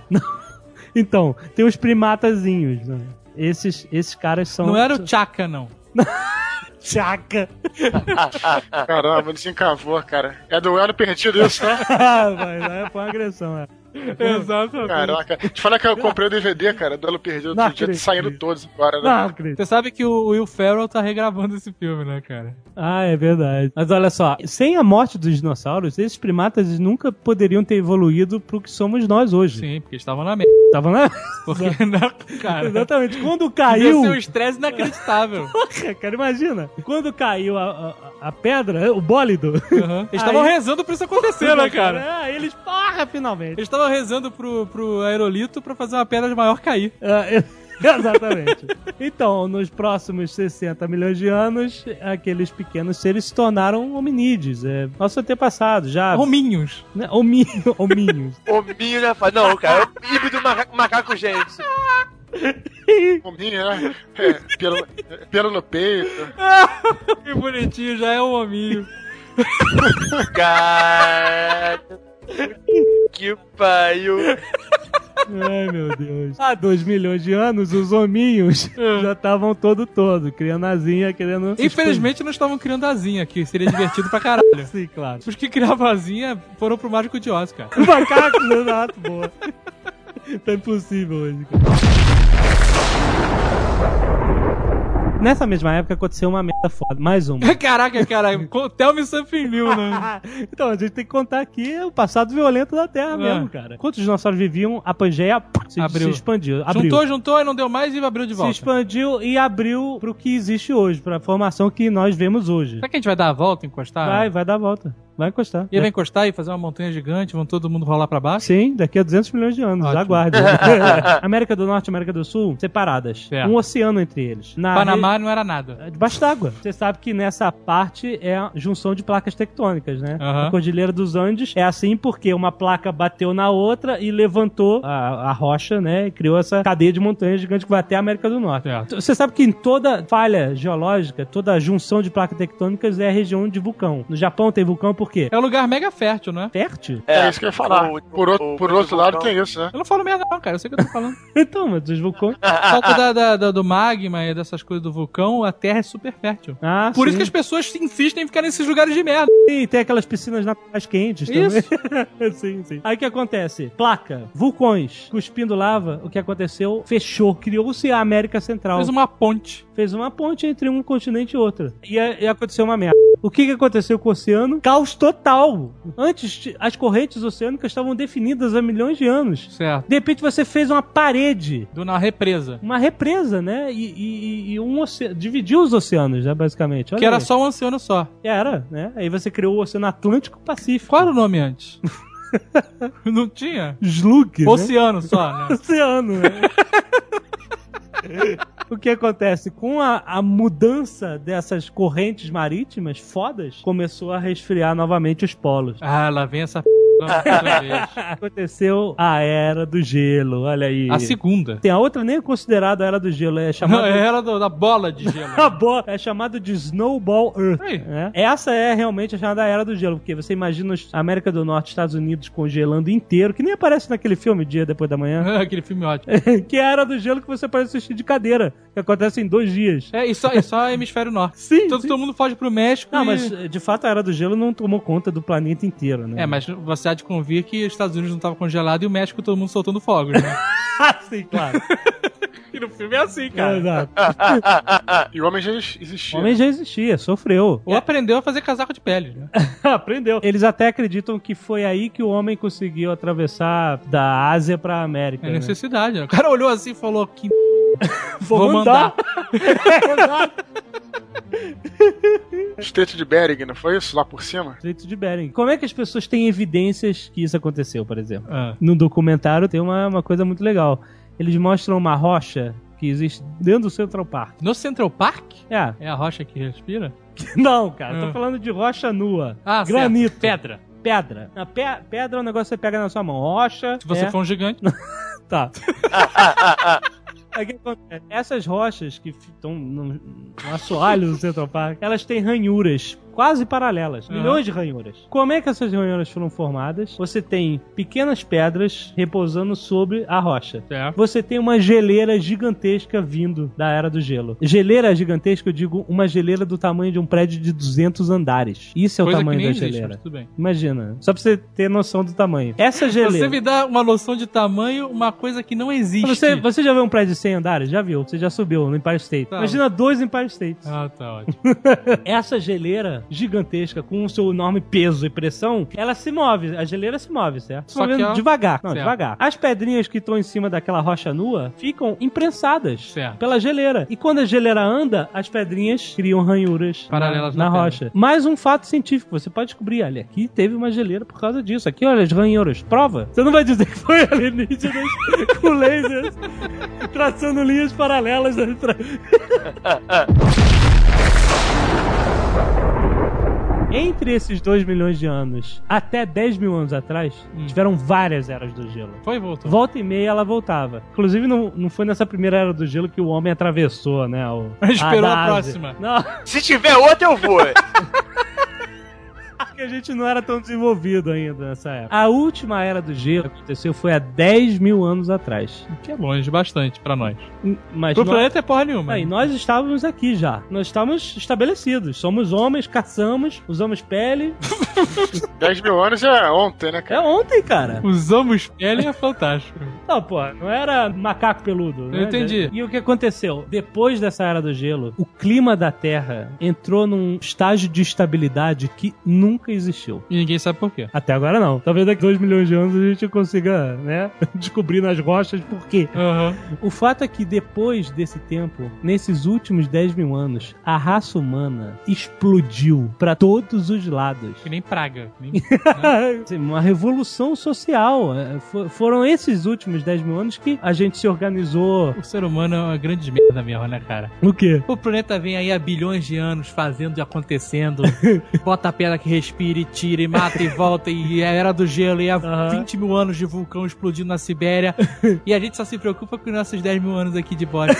[SPEAKER 3] Então, tem os primatazinhos, né? Esses, esses caras são.
[SPEAKER 6] Não era o Chaka, não.
[SPEAKER 3] Tchaca!
[SPEAKER 5] Caramba, ele se encavou, cara. É duelo perdido isso, né?
[SPEAKER 3] Ah, Mas aí foi uma agressão, é.
[SPEAKER 6] Exato.
[SPEAKER 5] Caraca. Te falar que eu comprei o DVD, cara, duelo perdido
[SPEAKER 3] Não
[SPEAKER 5] outro dia,
[SPEAKER 3] acredito.
[SPEAKER 5] saindo todos agora, né?
[SPEAKER 3] Não, Cris.
[SPEAKER 6] Você sabe que o Will Ferrell tá regravando esse filme, né, cara?
[SPEAKER 3] Ah, é verdade. Mas olha só, sem a morte dos dinossauros, esses primatas nunca poderiam ter evoluído pro que somos nós hoje.
[SPEAKER 6] Sim, porque estavam na merda.
[SPEAKER 3] Tava na...
[SPEAKER 6] Porque, não, cara...
[SPEAKER 3] Exatamente. Quando
[SPEAKER 6] Deve
[SPEAKER 3] caiu.
[SPEAKER 6] ser um estresse inacreditável.
[SPEAKER 3] Porra, cara, imagina. Quando caiu a, a, a pedra, o bólido.
[SPEAKER 6] Uhum. Eles estavam
[SPEAKER 3] Aí-
[SPEAKER 6] rezando pra isso acontecer, né, cara?
[SPEAKER 3] É, eles. Porra, finalmente.
[SPEAKER 6] Eles estavam rezando pro, pro aerolito pra fazer uma pedra de maior cair.
[SPEAKER 3] Ah, eu- Exatamente. Então, nos próximos 60 milhões de anos, aqueles pequenos seres se tornaram hominídeos. É, nosso antepassado,
[SPEAKER 6] Ah.
[SPEAKER 3] já.
[SPEAKER 6] Rominhos.
[SPEAKER 3] né, homi- hominhos.
[SPEAKER 4] Hominho, né? Fala, Não, cara, é o híbrido macaco, macaco gente.
[SPEAKER 5] Hominho, né? É, pelo, pelo no peito.
[SPEAKER 6] Que bonitinho, já é um hominho.
[SPEAKER 4] Cara. Que pariu.
[SPEAKER 3] Ai, meu Deus. Há 2 milhões de anos, os hominhos
[SPEAKER 6] É.
[SPEAKER 3] já estavam todo todo, criando asinha, querendo. se
[SPEAKER 6] Infelizmente não estavam criando asinha aqui, seria divertido pra caralho.
[SPEAKER 3] expandir. Sim, claro.
[SPEAKER 6] Os que criavam asinha foram pro Mágico de Oz, cara.
[SPEAKER 3] Macacos, exato, boa. Tá impossível hoje, cara. Nessa mesma época aconteceu uma merda foda, mais uma.
[SPEAKER 6] Caraca, cara, co- tell me something new, né?
[SPEAKER 3] então, a gente tem que contar aqui o passado violento da Terra
[SPEAKER 6] Ah.
[SPEAKER 3] mesmo, cara. Quantos dinossauros viviam, a Pangeia pá, se,
[SPEAKER 6] Abriu.
[SPEAKER 3] se expandiu. Abriu.
[SPEAKER 6] Juntou, juntou, aí não deu mais e abriu de
[SPEAKER 3] se
[SPEAKER 6] volta.
[SPEAKER 3] expandiu e abriu pro que existe hoje, pra formação que nós vemos hoje.
[SPEAKER 6] Será que a gente vai dar a volta, encostar?
[SPEAKER 3] Vai, vai dar a volta. Vai encostar.
[SPEAKER 6] Ele vai encostar Ah. e fazer uma montanha gigante, vão todo mundo rolar pra baixo?
[SPEAKER 3] Sim, daqui a 200 milhões de anos.
[SPEAKER 6] Ótimo.
[SPEAKER 3] Aguarde. América do Norte e América do Sul separadas.
[SPEAKER 6] Certo.
[SPEAKER 3] Um oceano entre eles. Na
[SPEAKER 6] É. Panamá não era nada.
[SPEAKER 3] re- Debaixo d'água. Você sabe que nessa parte é a junção de placas tectônicas, né?
[SPEAKER 6] Aham.
[SPEAKER 3] A Cordilheira dos Andes é assim porque uma placa bateu na outra e levantou a, a rocha, né? E criou essa cadeia de montanhas gigante que vai até a América do Norte.
[SPEAKER 6] Certo.
[SPEAKER 3] Você sabe que em toda falha geológica, toda junção de placas tectônicas é a região de vulcão. No Japão tem vulcão por quê?
[SPEAKER 6] É um lugar mega fértil, né?
[SPEAKER 3] fértil?
[SPEAKER 5] É isso que eu ia falar.
[SPEAKER 4] O-
[SPEAKER 5] por outro,
[SPEAKER 4] o-
[SPEAKER 5] por
[SPEAKER 4] o-
[SPEAKER 5] outro
[SPEAKER 4] o-
[SPEAKER 5] lado
[SPEAKER 4] o-
[SPEAKER 5] tem isso, né?
[SPEAKER 6] Eu não falo merda não, cara. Eu sei o que eu tô falando.
[SPEAKER 3] Então, mas os vulcões. ah.
[SPEAKER 6] Falta da, da- da- do magma e dessas coisas do vulcão, a Terra é super fértil.
[SPEAKER 3] Ah,
[SPEAKER 6] Por isso
[SPEAKER 3] sim.
[SPEAKER 6] que as pessoas se insistem em ficar nesses lugares de merda.
[SPEAKER 3] E tem aquelas piscinas na- mais quentes
[SPEAKER 6] Isso.
[SPEAKER 3] também. sim, sim. Aí o que acontece? Placa, vulcões, cuspindo lava, o que aconteceu? Fechou. Criou-se a América Central.
[SPEAKER 6] Fez uma ponte.
[SPEAKER 3] Fez uma ponte entre um continente e outro. E, a- e aconteceu uma merda. O que, que aconteceu com o oceano? Caos total. Antes, t- as correntes oceânicas estavam definidas há milhões de anos.
[SPEAKER 6] Certo.
[SPEAKER 3] De repente você fez uma parede.
[SPEAKER 6] Do na represa.
[SPEAKER 3] Uma represa, né? E, e- e um oceano. Dividiu os oceanos, né? Basicamente. Olha
[SPEAKER 6] que era
[SPEAKER 3] aí.
[SPEAKER 6] só um oceano só.
[SPEAKER 3] Era, né? Aí você criou o Oceano Atlântico Pacífico.
[SPEAKER 6] Qual era o nome antes? não tinha?
[SPEAKER 3] Slug, né?
[SPEAKER 6] Oceano só, né?
[SPEAKER 3] oceano, né? O que acontece? Com a, a mudança dessas correntes marítimas fodas, começou a resfriar novamente os polos.
[SPEAKER 6] Ah, lá vem essa p... outra vez.
[SPEAKER 3] Aconteceu a Era do Gelo, olha aí.
[SPEAKER 6] A segunda.
[SPEAKER 3] Tem a outra nem é considerada a Era do Gelo, é
[SPEAKER 6] Não,
[SPEAKER 3] chamada...
[SPEAKER 6] era do- da bola de gelo.
[SPEAKER 3] A boa, é chamado de Snowball Earth.
[SPEAKER 6] Aí.
[SPEAKER 3] né? Essa é realmente a chamada Era do Gelo, porque você imagina os- a América do Norte, Estados Unidos congelando inteiro, que nem aparece naquele filme Dia Depois da Manhã,
[SPEAKER 6] Aquele filme ótimo.
[SPEAKER 3] que é a Era do Gelo que você pode assistir de cadeira, que acontece em dois dias.
[SPEAKER 6] É, e só, e só hemisfério norte.
[SPEAKER 3] Sim,
[SPEAKER 6] Todo,
[SPEAKER 3] sim.
[SPEAKER 6] todo mundo foge pro México.
[SPEAKER 3] Não,
[SPEAKER 6] e-
[SPEAKER 3] mas de fato a Era do Gelo não tomou conta do planeta inteiro, né?
[SPEAKER 6] É, mas você há de convir que os Estados Unidos não estavam congelados e o México todo mundo soltando fogos, né?
[SPEAKER 3] Ah, sim, claro.
[SPEAKER 6] e no filme é assim,
[SPEAKER 3] Exato.
[SPEAKER 5] E o homem já existia.
[SPEAKER 3] O homem já existia, sofreu.
[SPEAKER 6] Ou aprendeu a fazer casaco de pele, né?
[SPEAKER 3] Aprendeu. Eles até acreditam que foi aí que o homem conseguiu atravessar da Ásia pra América.
[SPEAKER 6] É
[SPEAKER 3] né?
[SPEAKER 6] necessidade. né? O cara olhou assim e falou que
[SPEAKER 3] Vou mandar.
[SPEAKER 5] Estreito de Bering, não foi isso? Lá por cima?
[SPEAKER 3] Estreito de Bering. Como é que as pessoas têm evidências que isso aconteceu, por exemplo?
[SPEAKER 6] Ah,
[SPEAKER 3] No documentário tem uma, uma coisa muito legal. Eles mostram uma rocha que existe dentro do Central Park.
[SPEAKER 6] no Central Park?
[SPEAKER 3] É,
[SPEAKER 6] É a rocha que respira?
[SPEAKER 3] não, cara, tô
[SPEAKER 6] Ah.
[SPEAKER 3] falando de rocha nua.
[SPEAKER 6] Ah,
[SPEAKER 3] Granito.
[SPEAKER 6] certo. Pedra.
[SPEAKER 3] Pedra. Na pe- pedra é um negócio que você pega na sua mão. Rocha.
[SPEAKER 6] Se você
[SPEAKER 3] é...
[SPEAKER 6] for um gigante.
[SPEAKER 3] Tá. Aí o que acontece? Essas rochas que f- estão no, no assoalho do Central Park, elas têm ranhuras quase paralelas,
[SPEAKER 6] Aham.
[SPEAKER 3] milhões de ranhuras. Como é que essas ranhuras foram formadas? Você tem pequenas pedras repousando sobre a rocha.
[SPEAKER 6] Certo.
[SPEAKER 3] Você tem uma geleira gigantesca vindo da Era do Gelo. Geleira gigantesca, eu digo uma geleira do tamanho de um prédio de 200 andares. Isso é o
[SPEAKER 6] Coisa que
[SPEAKER 3] tamanho
[SPEAKER 6] nem
[SPEAKER 3] da
[SPEAKER 6] existe,
[SPEAKER 3] geleira.
[SPEAKER 6] mas tudo bem.
[SPEAKER 3] Imagina. Só pra você ter noção do tamanho. Essa
[SPEAKER 6] Você
[SPEAKER 3] geleira.
[SPEAKER 6] me dá uma noção de tamanho, uma coisa que não existe.
[SPEAKER 3] Você, você já viu um prédio de 100 andares? Já viu. Você já subiu no Empire State.
[SPEAKER 6] Tá.
[SPEAKER 3] Imagina dois Empire States.
[SPEAKER 6] Ah, tá ótimo.
[SPEAKER 3] Essa geleira gigantesca, com o seu enorme peso e pressão, ela se move. A geleira se move, certo? Se
[SPEAKER 6] Só que
[SPEAKER 3] movendo
[SPEAKER 6] ela-
[SPEAKER 3] devagar. Não,
[SPEAKER 6] Certo.
[SPEAKER 3] devagar. As pedrinhas que estão em cima daquela rocha nua ficam imprensadas
[SPEAKER 6] Certo.
[SPEAKER 3] pela geleira. E quando a geleira anda, as pedrinhas criam ranhuras
[SPEAKER 6] Paralelas
[SPEAKER 3] na, na
[SPEAKER 6] na pedra.
[SPEAKER 3] rocha. Mais um fato científico. Você pode descobrir, olha, aqui teve uma geleira por causa disso. Aqui, olha, as ranhuras. Prova. Você não vai dizer que foi alienígenas com lasers traçando linhas paralelas. né, pra- Entre esses 2 milhões de anos até 10 mil anos atrás,
[SPEAKER 6] Hum.
[SPEAKER 3] tiveram várias eras do gelo.
[SPEAKER 6] Foi e voltou.
[SPEAKER 3] Volta e meia ela voltava. Inclusive, não, não foi nessa primeira era do gelo que o homem atravessou, né? O,
[SPEAKER 6] Esperou a
[SPEAKER 3] da Ásia.
[SPEAKER 6] próxima.
[SPEAKER 3] Não,
[SPEAKER 4] Se tiver outra, eu vou.
[SPEAKER 3] porque a gente não era tão desenvolvido ainda nessa época. A última era do gelo que aconteceu foi há 10 mil anos atrás. Hum,
[SPEAKER 6] Que é longe bastante pra nós.
[SPEAKER 3] Mas
[SPEAKER 6] Pro
[SPEAKER 3] nós-
[SPEAKER 6] planeta é porra nenhuma.
[SPEAKER 3] Aí, nós estávamos aqui já. Nós estávamos estabelecidos. Somos homens, caçamos, usamos pele.
[SPEAKER 5] 10 mil anos é ontem, né,
[SPEAKER 3] É
[SPEAKER 5] cara?
[SPEAKER 3] ontem, cara.
[SPEAKER 6] Usamos pele é fantástico.
[SPEAKER 3] Não, pô, não era macaco peludo. né?
[SPEAKER 6] Eu entendi.
[SPEAKER 3] E o que aconteceu? Depois dessa era do gelo, o clima da Terra entrou num estágio de estabilidade que nunca existiu.
[SPEAKER 6] E ninguém sabe por quê.
[SPEAKER 3] Até agora não. Talvez daqui a 2 milhões de anos a gente consiga, né, descobrir nas rochas por quê.
[SPEAKER 6] Aham.
[SPEAKER 3] O fato é que depois desse tempo, nesses últimos 10 mil anos, a raça humana explodiu pra todos os lados.
[SPEAKER 6] Que nem praga. que nem-
[SPEAKER 3] Assim, Uma revolução social. É, fo- Foram esses últimos 10 mil anos que a gente se organizou.
[SPEAKER 6] O ser humano é uma grande merda mesmo, né, cara?
[SPEAKER 3] O quê?
[SPEAKER 6] O planeta vem aí há bilhões de anos fazendo e acontecendo. Bota a pedra que respira e tira e mata e volta e é a era do gelo e há
[SPEAKER 3] Aham.
[SPEAKER 6] 20 mil anos de vulcão explodindo na Sibéria. e a gente só se preocupa com os nossos 10 mil anos aqui de bosta.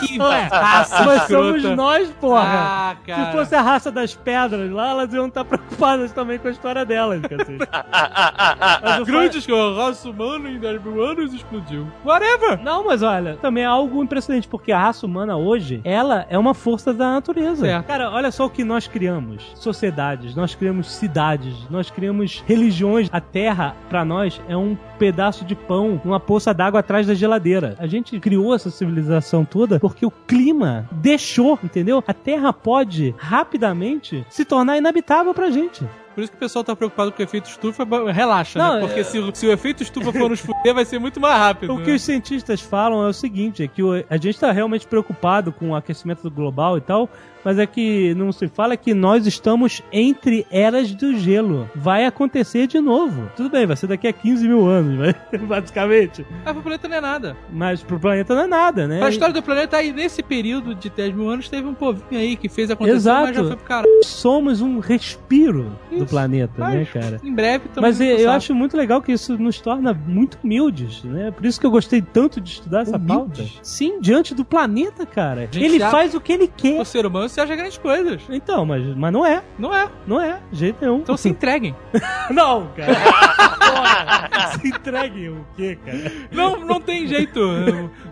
[SPEAKER 6] que raça
[SPEAKER 3] Mas
[SPEAKER 6] escrota.
[SPEAKER 3] somos nós, porra!
[SPEAKER 6] Ah, cara.
[SPEAKER 3] Se fosse a raça das pedras lá, elas iam estar preocupadas também com a história delas, cacete. Mas o fato-
[SPEAKER 6] Ah, Grandes que a raça humana em 10 mil anos explodiu. Whatever!
[SPEAKER 3] Não, mas olha, também é algo impressionante, porque a raça humana hoje, ela é uma força da natureza.
[SPEAKER 6] Certo.
[SPEAKER 3] Cara, olha só o que nós criamos: sociedades, nós criamos cidades, nós criamos religiões. A terra, pra nós, é um pedaço de pão, uma poça d'água atrás da geladeira. A gente criou essa civilização toda porque o clima deixou, entendeu? A terra pode rapidamente se tornar inabitável pra gente.
[SPEAKER 6] Por isso que o pessoal tá preocupado com o efeito estufa, ba- relaxa,
[SPEAKER 3] Não,
[SPEAKER 6] né? Porque
[SPEAKER 3] é-
[SPEAKER 6] se, o- se o efeito estufa for nos fuder, vai ser muito mais rápido.
[SPEAKER 3] O que os cientistas falam é o seguinte, é que o- a gente está realmente preocupado com o aquecimento global e tal, mas é que não se fala que nós estamos entre eras do gelo. Vai acontecer de novo. Tudo bem, vai ser daqui a 15 mil anos, mas- basicamente.
[SPEAKER 6] Ah, pro planeta não é nada.
[SPEAKER 3] Mas pro planeta não é nada, né?
[SPEAKER 6] A história do planeta aí, nesse período de 10 mil anos, teve um povinho aí que fez acontecer, mas já
[SPEAKER 3] Exato.
[SPEAKER 6] foi pro caralho.
[SPEAKER 3] Somos um respiro do
[SPEAKER 6] Isso,
[SPEAKER 3] planeta, né,
[SPEAKER 6] mas-
[SPEAKER 3] cara?
[SPEAKER 6] Em breve também.
[SPEAKER 3] Mas eu, eu acho muito legal que isso nos torna muito humildes, né? Por isso que eu gostei tanto de estudar essa pauta.
[SPEAKER 6] Humildes?
[SPEAKER 3] Sim, diante do planeta, cara.
[SPEAKER 6] Gente,
[SPEAKER 3] ele
[SPEAKER 6] já-
[SPEAKER 3] faz o que ele quer.
[SPEAKER 6] O ser humano se acha grandes coisas.
[SPEAKER 3] Então, mas, mas não é.
[SPEAKER 6] Não é?
[SPEAKER 3] Não é, de jeito nenhum.
[SPEAKER 6] Então se entreguem.
[SPEAKER 3] não, cara. Porra, se entregue o quê, cara?
[SPEAKER 6] não, não tem jeito.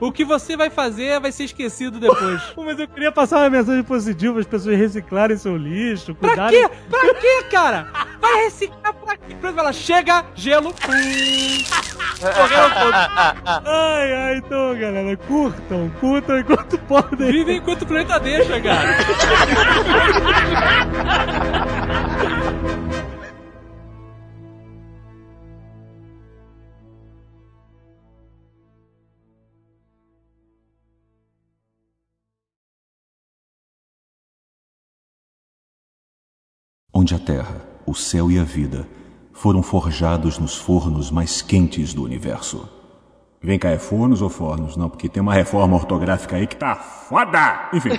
[SPEAKER 6] O que você vai fazer vai ser esquecido depois.
[SPEAKER 3] Pô, Mas eu queria passar uma mensagem positiva, as pessoas reciclarem seu lixo,
[SPEAKER 6] Pra
[SPEAKER 3] cuidarem...
[SPEAKER 6] quê? Pra quê, cara? Vai reciclar pra quê? Depois ela chega, gelo.
[SPEAKER 3] Ai, ai, então, galera, curtam, curtam enquanto podem.
[SPEAKER 6] Vive enquanto o planeta deixa, cara.
[SPEAKER 2] onde a terra, o céu e a vida foram forjados nos fornos mais quentes do universo. Vem cá, é fornos ou fornos? Não, porque tem uma reforma ortográfica aí que tá foda! Enfim.